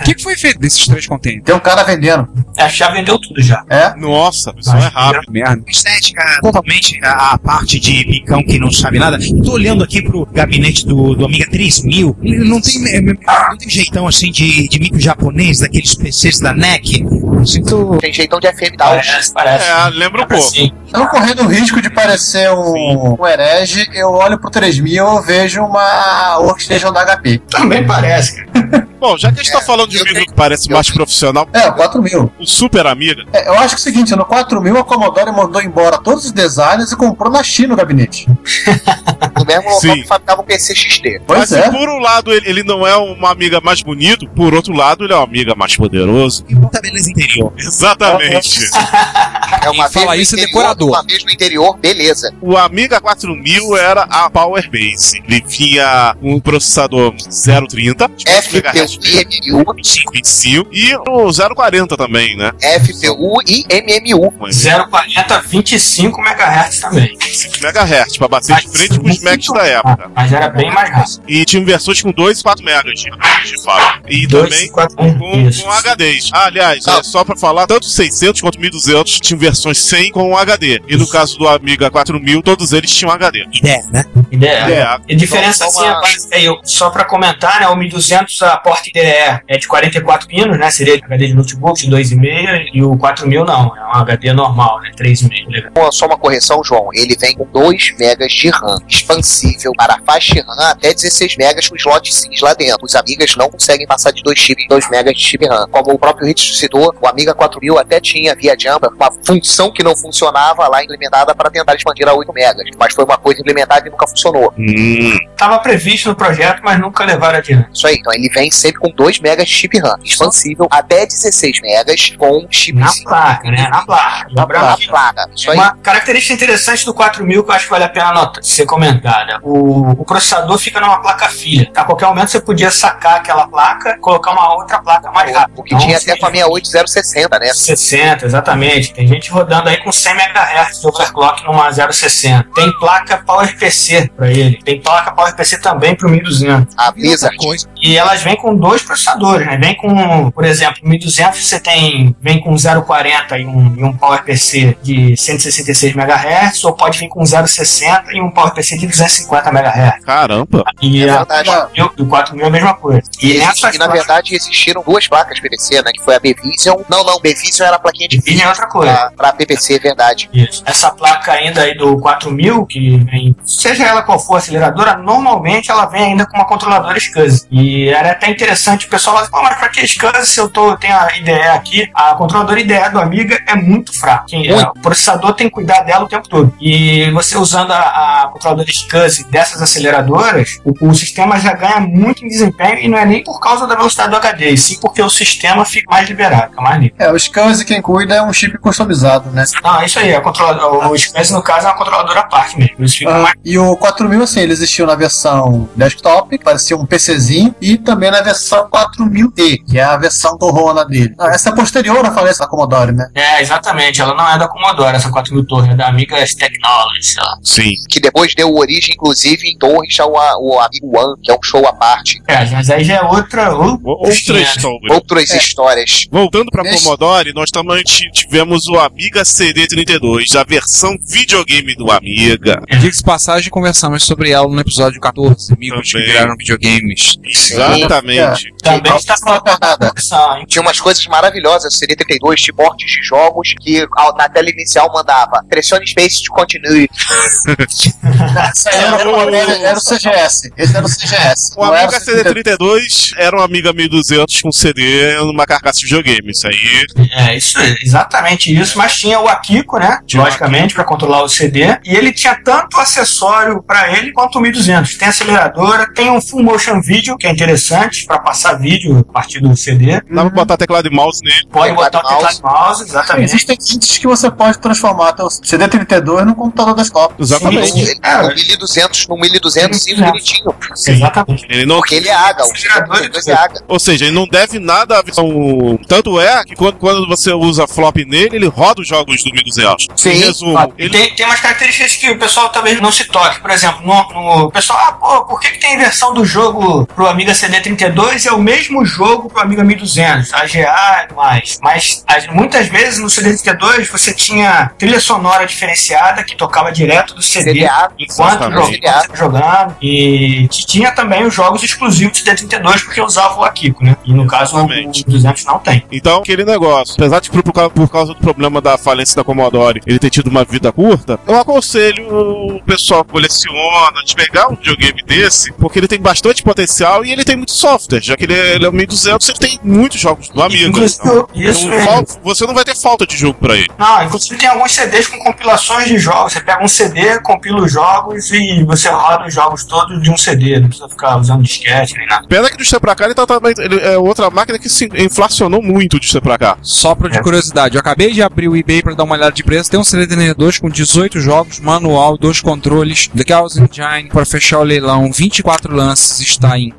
Speaker 7: o que que foi feito desses três contêineres?
Speaker 2: Tem um cara vendendo.
Speaker 3: É, já vendeu tudo já.
Speaker 2: É?
Speaker 5: Nossa, isso é
Speaker 3: Ah,
Speaker 5: rápido.
Speaker 7: Merda.
Speaker 6: estética totalmente a, a parte de bicão que não sabe nada. Eu tô olhando aqui pro gabinete do, do Amiga 3000. Ele não tem, eh, não tem jeitão assim de, de micro japonês, daqueles PCs da NEC. Eu Sinto.
Speaker 4: Tem jeitão de FM tal.
Speaker 3: Parece, parece.
Speaker 5: É, lembra um pouco.
Speaker 3: Assim.
Speaker 2: Estão correndo o risco de parecer um, um herege. Eu olho pro 3000 e eu vejo uma workstation da HP.
Speaker 3: Também parece, cara.
Speaker 5: Bom, já que a gente tá falando de um
Speaker 4: eu
Speaker 5: livro
Speaker 4: tenho-
Speaker 5: que parece
Speaker 4: eu
Speaker 5: mais
Speaker 4: tenho-
Speaker 5: profissional,
Speaker 2: É, 4000.
Speaker 5: o Super Amiga,
Speaker 2: É, eu acho que é o seguinte: no 4000 a Commodore mandou embora todos os designers e comprou na China o gabinete.
Speaker 4: No mesmo local
Speaker 5: Sim.
Speaker 4: que fabricava um PCXT.
Speaker 2: Pois
Speaker 5: mas
Speaker 2: é.
Speaker 5: se por um lado ele, ele não é uma amiga mais bonito, por outro lado ele é uma amiga mais poderoso.
Speaker 6: E muita beleza interior.
Speaker 5: Exatamente.
Speaker 4: É uma
Speaker 7: Quem fala
Speaker 4: no
Speaker 7: isso é
Speaker 4: interior,
Speaker 7: decorador.
Speaker 4: Uma vez no interior, beleza.
Speaker 5: O Amiga 4000 era a Power Base. Ele tinha um processador 030, de 8
Speaker 4: FPU
Speaker 5: MHz,
Speaker 4: e MMU.
Speaker 5: 25 e o 040 também, né?
Speaker 4: FPU e MMU.
Speaker 5: Com
Speaker 3: 040, 25 MHz também.
Speaker 5: 25 MHz para bater de
Speaker 3: Mas
Speaker 5: frente com os
Speaker 3: muito
Speaker 5: Macs da
Speaker 3: bom.
Speaker 5: época.
Speaker 3: Mas era bem mais rápido.
Speaker 5: E tinha versões com 2 e 4 MB de, de fato. E também com,
Speaker 3: um, isso.
Speaker 5: com HDs. Ah, aliás, é só pra falar, tanto os 600 quanto 1200 tinham versões 100 com HD. E no caso do Amiga 4000, todos eles tinham um HD.
Speaker 6: Ideia, né?
Speaker 3: Ideia.
Speaker 5: É,
Speaker 3: E diferença
Speaker 4: Então,
Speaker 3: assim,
Speaker 4: uma-
Speaker 3: é base- é, eu- só para comentar, né, o 1200 a porta IDE é de 44 pinos, né, seria HD de notebook de 2,5 e o 4000 não, é um HD normal, né, 3,5 legal.
Speaker 4: Pô, Só uma correção, João. Ele vem com 2 megas de RAM. acessível para a faixa RAM até 16 megas com slot SIMs lá dentro. Os Amigas não conseguem passar de 2 chips, 2 megas de chip RAM. Como o próprio Hit citou, o Amiga 4000 até tinha via Jamba uma função que não funcionava lá implementada para tentar expandir a 8 megas, mas foi uma coisa implementada e nunca funcionou.
Speaker 5: Hum,
Speaker 3: Tava previsto no projeto, mas nunca levaram adiante.
Speaker 4: Isso aí, então ele vem sempre com 2 megas de chip RAM, expansível até 16 megas com chip
Speaker 3: Na placa, né? Na placa. Na
Speaker 4: na placa. Isso aí.
Speaker 3: Uma característica interessante do 4000 que eu acho que vale a pena nota, ser comentada. né? O, o processador fica numa placa filha. A qualquer momento você podia sacar aquela placa e colocar uma outra placa mais rápida.
Speaker 4: O que tinha
Speaker 3: Então,
Speaker 4: até com a 68060, né?
Speaker 3: 60, exatamente. Tem gente rodando aí com 100 MHz de overclock numa 060. Tem placa PowerPC para ele. Tem placa PowerPC também para o 1200.
Speaker 4: A
Speaker 7: E outra
Speaker 4: Blizzard
Speaker 7: coisa,
Speaker 3: E elas vêm com dois processadores, né? Vem com, por exemplo, 1200 você tem, vem com 040 e um, e um PowerPC de 166 MHz, ou pode vir com 060 e um PowerPC de 250 MHz.
Speaker 5: caramba.
Speaker 3: E
Speaker 4: É
Speaker 3: a
Speaker 4: verdade.
Speaker 3: 4000 e o 4000 é a mesma coisa.
Speaker 4: E,
Speaker 3: E
Speaker 4: existe-
Speaker 3: nessas
Speaker 4: e, na
Speaker 3: placas
Speaker 4: verdade existiram duas placas PPC, né? Que foi a Bevision. Não, não, Bevision era a plaquinha de
Speaker 3: de vídeo é outra coisa.
Speaker 4: pra, pra PPC, é verdade.
Speaker 3: Isso. Essa placa ainda aí do 4000, que vem, seja ela qual for a aceleradora, normalmente ela vem ainda com uma controladora SCSI. E era até interessante, o pessoal fala, assim, Pô, mas pra que SCSI se eu, tô, eu tenho a IDE aqui? A controladora IDE do Amiga é muito fraca. Quem-
Speaker 4: Muito.
Speaker 3: é, o processador tem que cuidar dela o tempo todo. E você usando a, a controladora SCSI dessas aceleradoras, o, o sistema já ganha muito em desempenho e não é nem por causa da velocidade do HD, e sim porque o sistema fica mais liberado, fica mais livre.
Speaker 2: É, o Scans e quem cuida é um chip customizado, né?
Speaker 3: Não, é isso aí. A controladora, o Express, no caso, é uma controladora à parte mesmo. Por isso fica
Speaker 2: Ah,
Speaker 3: mais.
Speaker 2: e o 4000, assim, ele existiu na versão desktop, que parecia um PCzinho, e também na versão 4000E, que é a versão corrona dele. Ah, Essa é posterior à falência da Commodore, né?
Speaker 3: É, exatamente. Ela não é da Commodore, essa 4000 Torre, é da Amiga Technology, sei lá.
Speaker 5: Sim.
Speaker 4: Que depois deu origem, inclusive, em Torres ao a- o Amigo One, que é um show à parte.
Speaker 3: É, mas aí já é outra. ou-
Speaker 5: O- Outras
Speaker 3: né,
Speaker 5: talvez.
Speaker 4: Outras histórias.
Speaker 5: Voltando pra
Speaker 2: Deixa-
Speaker 5: Commodore, nós também t- tivemos o Amiga CD32, a versão videogame do Amiga.
Speaker 6: É.
Speaker 7: diga-se de passagem, conversamos sobre ela no episódio 14, amigos que
Speaker 5: Também.
Speaker 7: viraram videogames.
Speaker 5: Exatamente.
Speaker 3: Também está falando
Speaker 2: Não é nada.
Speaker 3: versão, hein?
Speaker 4: Tinha umas coisas maravilhosas, CD 32, de portes de jogos, que ao- na tela inicial mandava pressione Space to continue.
Speaker 2: Essa era, era, era o CGS. Esse era o CGS.
Speaker 5: O
Speaker 2: não era
Speaker 5: Amiga CD32 era um Amiga 1200 com CD numa carcaça de videogame. Isso aí.
Speaker 3: É, isso aí, exatamente isso. Mas tinha o Akiko, né?
Speaker 5: Tinha o
Speaker 3: logicamente, para controlar o CD. E ele tinha tanto acessório para ele quanto o 1200. Tem aceleradora, tem um full motion video, que é interessante, para passar vídeo a partir do CD.
Speaker 5: Dá pra botar teclado e mouse nele.
Speaker 3: Pode
Speaker 4: Teclado
Speaker 3: botar o
Speaker 4: mouse.
Speaker 3: teclado e mouse, exatamente.
Speaker 2: Existem kits que você pode transformar teu CD32 num computador desktop.
Speaker 5: Exatamente.
Speaker 3: Sim.
Speaker 4: Ele- um No 1200, no 1200, sim, bonitinho.
Speaker 3: Exatamente.
Speaker 5: Ele não,
Speaker 4: Porque ele é AGA, o CD32 é AGA.
Speaker 5: ou seja, ele não deve nada à versão. Tanto é que quando, quando você usa flop nele, ele roda os jogos do 1200.
Speaker 4: Sim.
Speaker 5: Em resumo, ele
Speaker 3: Tem, tem umas características que o pessoal talvez não se toque. Por exemplo, no, no- o pessoal, ah, pô, por que, que tem versão do jogo pro Amiga CD32 é o mesmo jogo pro Amiga 1200, AGA e tudo mais? Mas as- muitas vezes no CD32 você tinha trilha sonora diferenciada que tocava direto do CD.
Speaker 4: CD AGA.
Speaker 3: Enquanto o jogo
Speaker 5: Exatamente.
Speaker 3: estava jogando, e t- tinha também os jogos exclusivos de D32, porque usava o Akiko, né? E no caso o
Speaker 5: Exatamente.
Speaker 3: 200 não tem.
Speaker 5: Então, aquele negócio, apesar de por, por causa- por causa do problema da falência da Commodore, ele ter tido uma vida curta, eu aconselho o pessoal que coleciona de pegar um videogame desse, porque ele tem bastante potencial e ele tem muito software, já que ele é, ele é um 1200, ele tem muitos jogos do Amiga. então,
Speaker 3: isso é
Speaker 5: não
Speaker 3: mesmo.
Speaker 5: fal- você não vai ter falta de jogo pra ele.
Speaker 3: Não, inclusive tem alguns CDs com compilações de jogos. Você pega um CD, compila os jogos e você roda os jogos todos de um CD. Não precisa ficar usando disquete nem nada.
Speaker 5: Pena que do Step pra cá ele, tá, também- ele é outra máquina que se inflacionou muito do Step pra cá.
Speaker 7: Só pra de curiosidade, eu acabei de abrir o eBay pra dar uma olhada de preço. Tem um CD32 com 18 jogos, manual, dois controles, The Chaos Engine pra fechar o leilão, 24 lances, está em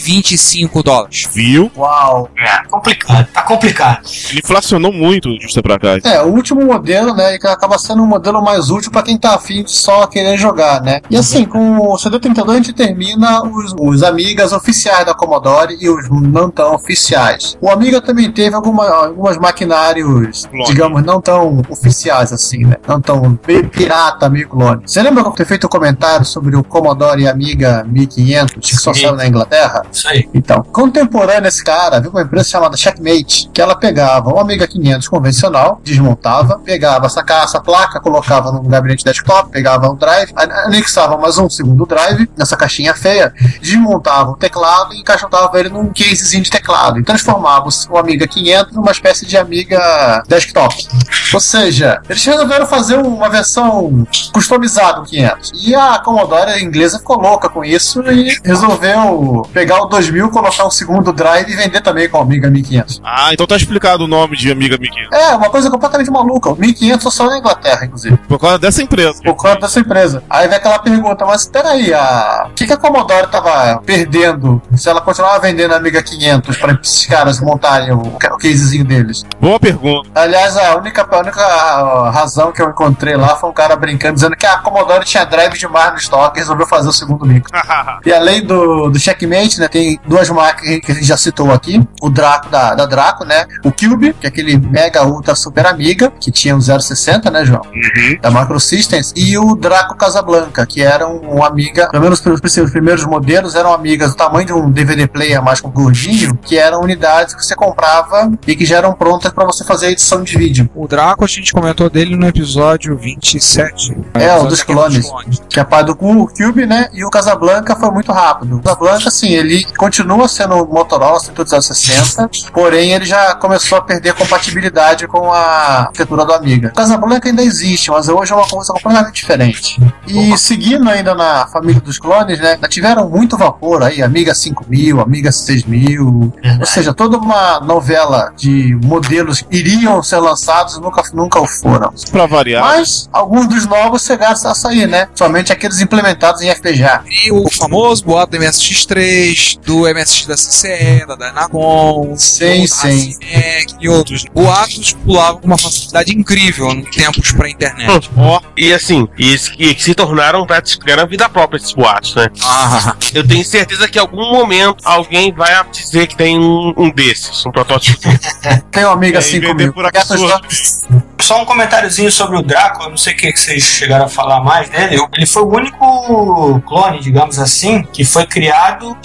Speaker 7: 525 dólares.
Speaker 5: Viu?
Speaker 2: Uau!
Speaker 3: É, complicado. Tá complicado.
Speaker 5: Ele inflacionou muito do Step pra cá.
Speaker 2: É, o último modelo, né, que acaba sendo um modelo mais útil pra quem tá afim de só querer jogar, né? E assim, com o CD32 a gente termina os, os Amigas oficiais da Commodore e os não tão oficiais. O Amiga também teve alguma, algumas maquinários,
Speaker 5: Clone.
Speaker 2: digamos, não tão oficiais assim, né? Não tão meio pirata, meio clone. Você lembra que eu ter feito um comentário sobre o Commodore e Amiga 1500, que só
Speaker 3: Sim.
Speaker 2: saiu na Inglaterra?
Speaker 3: Isso aí.
Speaker 2: Então, contemporâneo esse cara, viu uma empresa chamada Checkmate, que ela pegava um Amiga 500 convencional, desmontava, pegava essa caça, placa, colocava num gabinete desktop, pegava um drive. A- a- anexava mais um segundo drive nessa caixinha feia, desmontava o teclado e encaixotava ele num casezinho de teclado e transformava o Amiga 500 numa espécie de Amiga desktop. Ou seja, eles resolveram fazer uma versão customizada do 500. E a Commodore inglesa ficou louca com isso e resolveu pegar o 2000, colocar um segundo drive e vender também com o Amiga 1500.
Speaker 5: Ah, então tá explicado o nome de Amiga 1500.
Speaker 2: É, uma coisa completamente maluca. O 1500 é só saiu na Inglaterra, inclusive,
Speaker 5: Por causa dessa empresa.
Speaker 2: por conta dessa empresa. Aí vem aquela pergunta, mas peraí, a... o que, que a Commodore tava perdendo se ela continuava vendendo a Amiga 500 para esses caras montarem o, o casezinho deles?
Speaker 5: Boa pergunta.
Speaker 2: Aliás, a única, a única razão que eu encontrei lá foi um cara brincando, dizendo que a Commodore tinha drive demais no estoque e resolveu fazer o segundo micro. E além do, do Checkmate, né, tem duas marcas que a gente já citou aqui, o Draco da, da Draco, né, o Cube, que é aquele mega ultra super amiga, que tinha um 060, né, João,
Speaker 5: Uhum.
Speaker 2: da Macro Systems, e o Draco Casablanca, que era um, um amiga, pelo menos os, os primeiros modelos eram amigas do tamanho de um DVD player mais com gordinho, que eram unidades que você comprava e que já eram prontas para você fazer a edição de vídeo.
Speaker 7: O Draco, a gente comentou dele no episódio 27.
Speaker 2: É, o
Speaker 7: Episódio
Speaker 2: dos
Speaker 7: daquele
Speaker 2: clones. que é pai do Cu- Cube, né? E o Casablanca foi muito rápido. O Casablanca, assim, ele continua sendo um Motorola 160, porém ele já começou a perder compatibilidade com a arquitetura do Amiga. O Casablanca ainda existe, mas hoje é uma coisa completamente diferente. E seguindo ainda na família dos clones, né? ainda Tiveram muito vapor aí, Amiga 5000, Amiga 6000, ou seja, toda uma novela de modelos que iriam ser lançados e nunca, nunca o foram.
Speaker 5: Pra variar.
Speaker 2: Mas alguns dos novos chegaram a sair, né? Somente aqueles implementados em FPGA.
Speaker 7: E o famoso boato do MSX3, do MSX da CCE, da Dynagon,
Speaker 2: Sim, sim.
Speaker 7: do Hasek e outros. Boatos pulavam com uma facilidade incrível em tempos pré-internet.
Speaker 5: Ó,
Speaker 8: E assim, e, es- e que se tornaram praticaram a vida própria esses boatos, né?
Speaker 7: Ah,
Speaker 8: Eu tenho certeza que em algum momento alguém vai dizer que tem um, um desses, um protótipo.
Speaker 2: Tem uma amiga
Speaker 5: É,
Speaker 2: assim
Speaker 5: e vender
Speaker 2: comigo.
Speaker 5: por aqui
Speaker 2: Gatos
Speaker 5: sua.
Speaker 2: da-
Speaker 3: Só um comentáriozinho sobre o Drácula, não sei o que que vocês chegaram a falar mais dele. Eu- Ele foi o único clone, digamos assim, que foi criado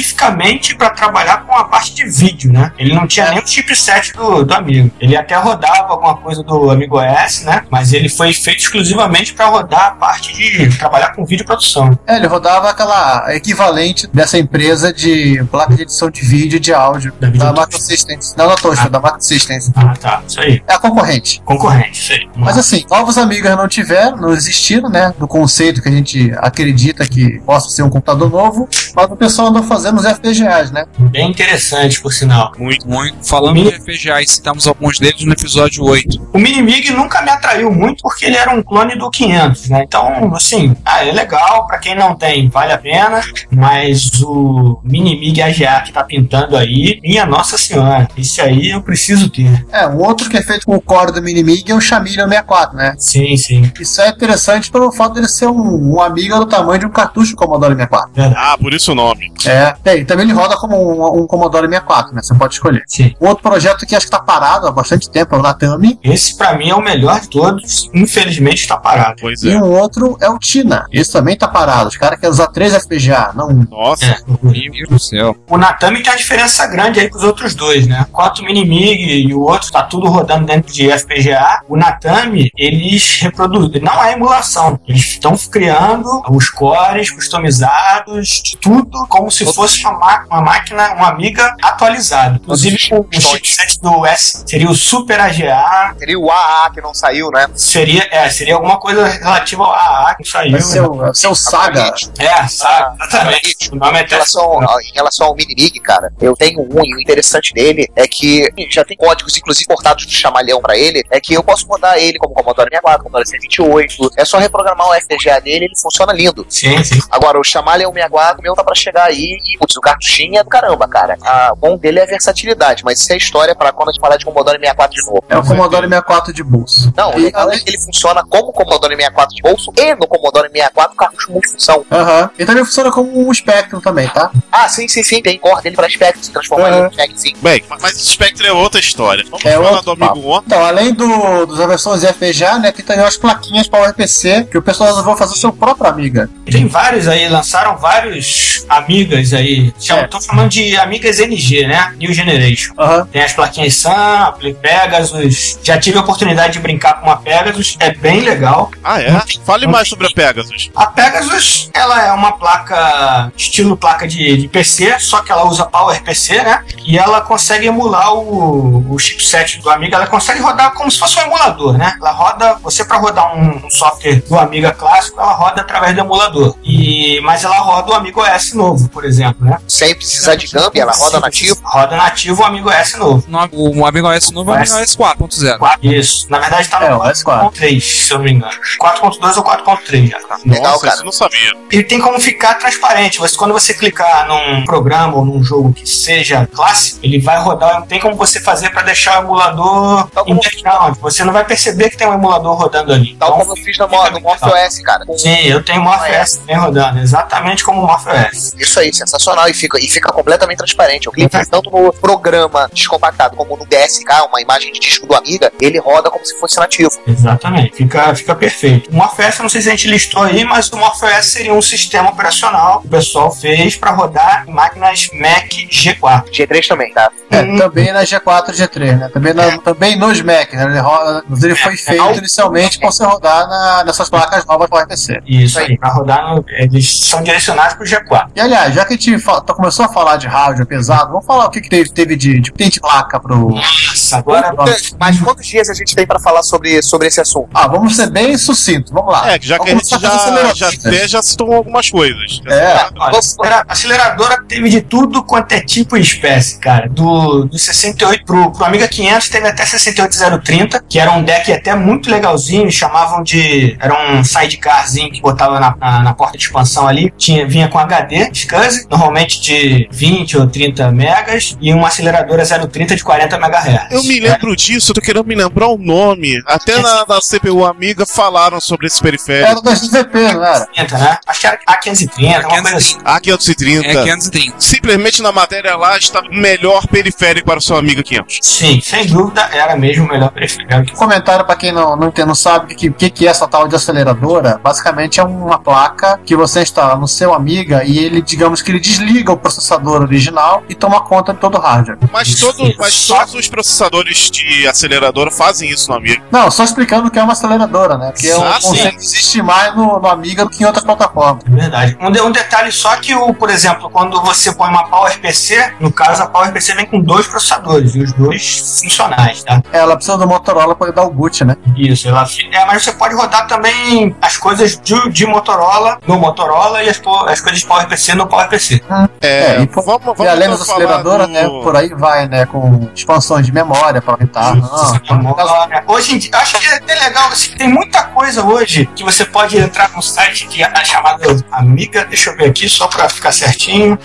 Speaker 3: especificamente para trabalhar com a parte de vídeo, né? Ele não tinha nem o chipset do, do Amigo. Ele até rodava alguma coisa do Amigo OS, né? Mas ele foi feito exclusivamente para rodar a parte de trabalhar com vídeo produção.
Speaker 2: É, ele rodava aquela equivalente dessa empresa de placa de edição de vídeo e de áudio
Speaker 3: Da
Speaker 2: da
Speaker 3: Videotouch.
Speaker 2: Macro Systems. Não da Tosca, da Macro Systems.
Speaker 3: Ah, tá. Isso aí.
Speaker 2: É a concorrente.
Speaker 3: Concorrente, isso aí.
Speaker 2: Mas assim, novos amigas não tiveram, não existiram, né? Do conceito que a gente acredita que possa ser um computador novo, mas o pessoal andou fazendo os FPGAs, né?
Speaker 3: Bem interessante, por sinal.
Speaker 7: muito, muito. Falamos de FPGA e citamos alguns deles no episódio 8.
Speaker 3: O Minimig nunca me atraiu muito porque ele era um clone do 500, né? Então, assim, ah, é legal, pra quem não tem, vale a pena, mas o Minimig AGA que tá pintando aí, minha nossa senhora, esse aí eu preciso ter.
Speaker 2: É, um outro que é feito com o core do Minimig é o Chameleon 64, né?
Speaker 3: Sim, sim,
Speaker 2: Isso é interessante pelo fato dele ser um, um amigo do tamanho de um cartucho de Commodore 64.
Speaker 3: verdade,
Speaker 5: Ah, por isso o nome.
Speaker 2: É, tem, também ele roda como um, um Commodore 64, né? Você pode escolher.
Speaker 3: sim.
Speaker 2: Um outro projeto que acho que tá parado há bastante tempo é o Natami.
Speaker 3: Esse pra mim é o melhor de todos, infelizmente tá parado.
Speaker 5: Pois
Speaker 2: E
Speaker 5: é.
Speaker 2: um outro é o Tina. Esse também tá parado. Os caras querem usar três FPGA, não um.
Speaker 5: Nossa.
Speaker 3: É.
Speaker 7: Meu Deus do céu.
Speaker 3: O Natami tem uma diferença grande aí com os outros dois, né? Enquanto o Minimig e o outro tá tudo rodando dentro de FPGA, o Natami, eles reproduzem, não é emulação. Eles estão criando os cores customizados, de tudo, como se fosse uma, ma- uma máquina, uma amiga atualizada. Inclusive, o
Speaker 4: os tons.
Speaker 3: chipset do S seria o Super AGA,
Speaker 4: Seria o AA que não saiu, né?
Speaker 3: seria, é, seria alguma coisa relativa ao AA que saiu.
Speaker 2: Vai ser o, vai ser o Saga.
Speaker 3: né? É, sabe,
Speaker 7: Ah,
Speaker 3: exatamente. O nome é
Speaker 4: Em
Speaker 3: até
Speaker 4: relação, ao- em relação ao Minimig, cara, eu tenho um e o interessante dele é que já tem códigos, inclusive portados do chamalhão pra ele, é que eu posso rodar ele como Commodore 64, Commodore 128, é só reprogramar o FPGA dele ele funciona lindo.
Speaker 3: Sim, sim.
Speaker 4: Agora, o chamalhão 64, o meu tá pra chegar aí e, putz, o cartuchinho é do caramba, cara. A, o bom dele é a versatilidade, mas isso é história pra quando a gente falar de Commodore 64 de novo.
Speaker 2: É o Commodore 64 de bolso.
Speaker 4: Não,
Speaker 2: E
Speaker 4: o legal é
Speaker 2: além-
Speaker 4: que
Speaker 9: né?
Speaker 4: ele funciona como Commodore 64 de bolso e no Commodore 64 cartucho multifunção.
Speaker 2: Aham. E também funciona como um Spectrum também, tá?
Speaker 4: Ah, sim, sim, sim, tem corda dele pra Spectre, se transformar
Speaker 2: Uhum.
Speaker 4: em Spectre, sim.
Speaker 5: Bem, mas Spectre é outra história. Vamos
Speaker 2: É
Speaker 5: falar
Speaker 2: outro
Speaker 5: do amigo
Speaker 2: papo.
Speaker 5: ontem.
Speaker 2: Então, além do do, das versões FPGA, né, tem também umas plaquinhas para o RPC que o pessoal resolveu fazer o seu próprio Amiga.
Speaker 3: Tem vários aí, lançaram vários amigas aí.
Speaker 2: É.
Speaker 3: Estão chamando de amigas NG, né? New Generation.
Speaker 2: Aham.
Speaker 3: Tem as plaquinhas Sun, a Play Pegasus. Já tive a oportunidade de brincar com uma Pegasus, é bem legal.
Speaker 5: Ah, é? Fale mais sobre a Pegasus.
Speaker 3: A Pegasus, ela é uma placa, estilo placa de, de PC, só que ela usa PowerPC, né? E ela consegue emular o, o chipset do Amiga, ela consegue rodar como se fosse um emulador, né? Ela roda, você para rodar um, um software do Amiga clássico, ela roda através do emulador. E, mas ela roda o Amiga OS novo, por exemplo, né?
Speaker 4: Sem precisar de gambi, ela roda nativo.
Speaker 3: Roda nativo o Amiga OS novo.
Speaker 7: No- O, o Amiga OS novo é o Amiga OS 4.0.
Speaker 3: Quatro- Isso. Na verdade tá no
Speaker 2: É, o S4.
Speaker 3: 4.3, se eu não me engano. 4.2 ou 4.3 já.
Speaker 4: Legal,
Speaker 5: Nossa,
Speaker 4: cara.
Speaker 5: isso eu não sabia.
Speaker 3: ele tem como ficar transparente. Você, quando você clicar num programa ou num jogo que seja clássico, ele vai rodar. Não tem como você fazer para deixar o emulador
Speaker 4: Tá bom.
Speaker 3: em background. Você não vai perceber que tem um emulador rodando ali.
Speaker 4: Tal
Speaker 3: Então,
Speaker 4: como Ah, é. eu fiz no, Mo- no Morph OS, cara. Com-
Speaker 3: Sim, eu tenho o Morph OS também rodando, exatamente como o é. Morph OS.
Speaker 4: Isso aí, sensacional. E fica, e fica completamente transparente. Eu clico
Speaker 9: Uhum.
Speaker 4: tanto no programa descompactado como no DSK, uma imagem de disco do Amiga, ele roda como se fosse nativo.
Speaker 3: Exatamente, fica, fica perfeito. O MorphOS, não sei se a gente listou aí, mas o MorphOS seria um sistema operacional que o pessoal fez para rodar em máquinas Mac G4.
Speaker 4: G3 também, tá?
Speaker 2: É, também na G4 e G3, né? Também, na, também nos Mac, né? Ele, roda, mas ele foi feito inicialmente para você rodar na- nessas placas novas para o RPC.
Speaker 3: Isso aí, para rodar, no- eles são direcionados para o G4.
Speaker 2: E aliás, já que a gente fa- tá- começou a falar de rádio pesado, vamos falar o que, que teve, teve de, de, tem de placa pro.
Speaker 3: Nossa, agora
Speaker 4: Mas quantos dias a gente tem pra falar sobre, sobre esse assunto?
Speaker 2: Ah, vamos ser bem sucinto, vamos lá.
Speaker 5: É, que já que
Speaker 2: Ah,
Speaker 5: a
Speaker 2: Vamos
Speaker 5: gente
Speaker 2: começar com as
Speaker 5: já, já,
Speaker 2: aceleradoras.
Speaker 5: até já citou algumas coisas.
Speaker 2: É.
Speaker 3: Olha, aceleradora, aceleradora teve de tudo quanto é tipo e espécie, cara. Do, do 68 pro, pro Amiga 500 teve até 68030, que era um deck até muito legalzinho, chamavam de. Era um sidecarzinho que botava na, na, na porta de expansão ali. Tinha, vinha com HD, SCSI, normalmente de 20 ou 30 megas, e uma aceleradora 030 de 40 MHz.
Speaker 5: Eu me
Speaker 3: É,
Speaker 5: lembro disso, eu tô querendo me lembrar o nome.
Speaker 2: É.
Speaker 5: Até na, na CPU Amiga falaram sobre esse periférico.
Speaker 2: Era 2GP, não era?
Speaker 3: 530, né? Acho que era A530, uma coisa assim.
Speaker 5: A530.
Speaker 7: É 530.
Speaker 5: Simplesmente na matéria lá está o melhor periférico para o seu Amiga 500.
Speaker 3: Sim, sem dúvida era mesmo o melhor né? preferido.
Speaker 2: Um Comentário para quem não, não, entende, não sabe o que, que, que é essa tal de aceleradora. Basicamente é uma placa que você instala no seu Amiga e ele, digamos que ele desliga o processador original e toma conta de todo o hardware.
Speaker 5: Mas, todo, mas todos os processadores de acelerador fazem isso no Amiga.
Speaker 2: Não, só explicando o que é uma aceleradora, né? Porque é um
Speaker 5: Ah, sim.
Speaker 2: conceito que existe mais no, no Amiga do que em outras plataformas.
Speaker 3: Verdade. Um, de- um detalhe só que, o, por exemplo, quando você põe uma PowerPC, no caso a PowerPC vem com dois processadores, e os dois funcionais, tá?
Speaker 2: Ela precisa do Motorola para dar o boot, né?
Speaker 3: Isso, ela fi- é, mas você pode rodar também as coisas de, de Motorola no Motorola e as, po- as coisas de PowerPC no PowerPC.
Speaker 5: É,
Speaker 2: É, e pô-
Speaker 5: vamos, vamos
Speaker 2: e além
Speaker 5: então
Speaker 2: das
Speaker 5: falar
Speaker 2: aceleradoras,
Speaker 5: do-
Speaker 2: né? Por aí vai, né? Com expansõões de memória para aumentar.
Speaker 3: Isso, é mó da hora. Hoje em dia, acho que é até legal, assim, tem muita coisa hoje que você pode entrar num site que é chamado Amiga, deixa eu ver aqui só pra ficar certinho.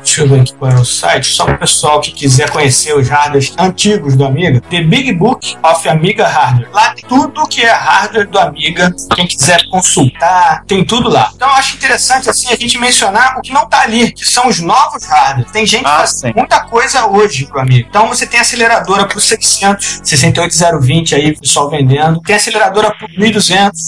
Speaker 3: Deixa eu ver aqui qual é o site, só para o pessoal que quiser conhecer os hardwares antigos do Amiga. The Big Book of Amiga Hardware. Lá tem tudo que é hardware do Amiga, quem quiser consultar, tem tudo lá. Então eu acho interessante assim a gente mencionar o que não tá ali, que são os novos hardware. Tem gente
Speaker 2: Ah, sim.
Speaker 3: fazendo muita coisa hoje pro Amiga. Então você tem aceleradora pro 600, 68020 aí, o pessoal vendendo. Tem aceleradora pro 1200,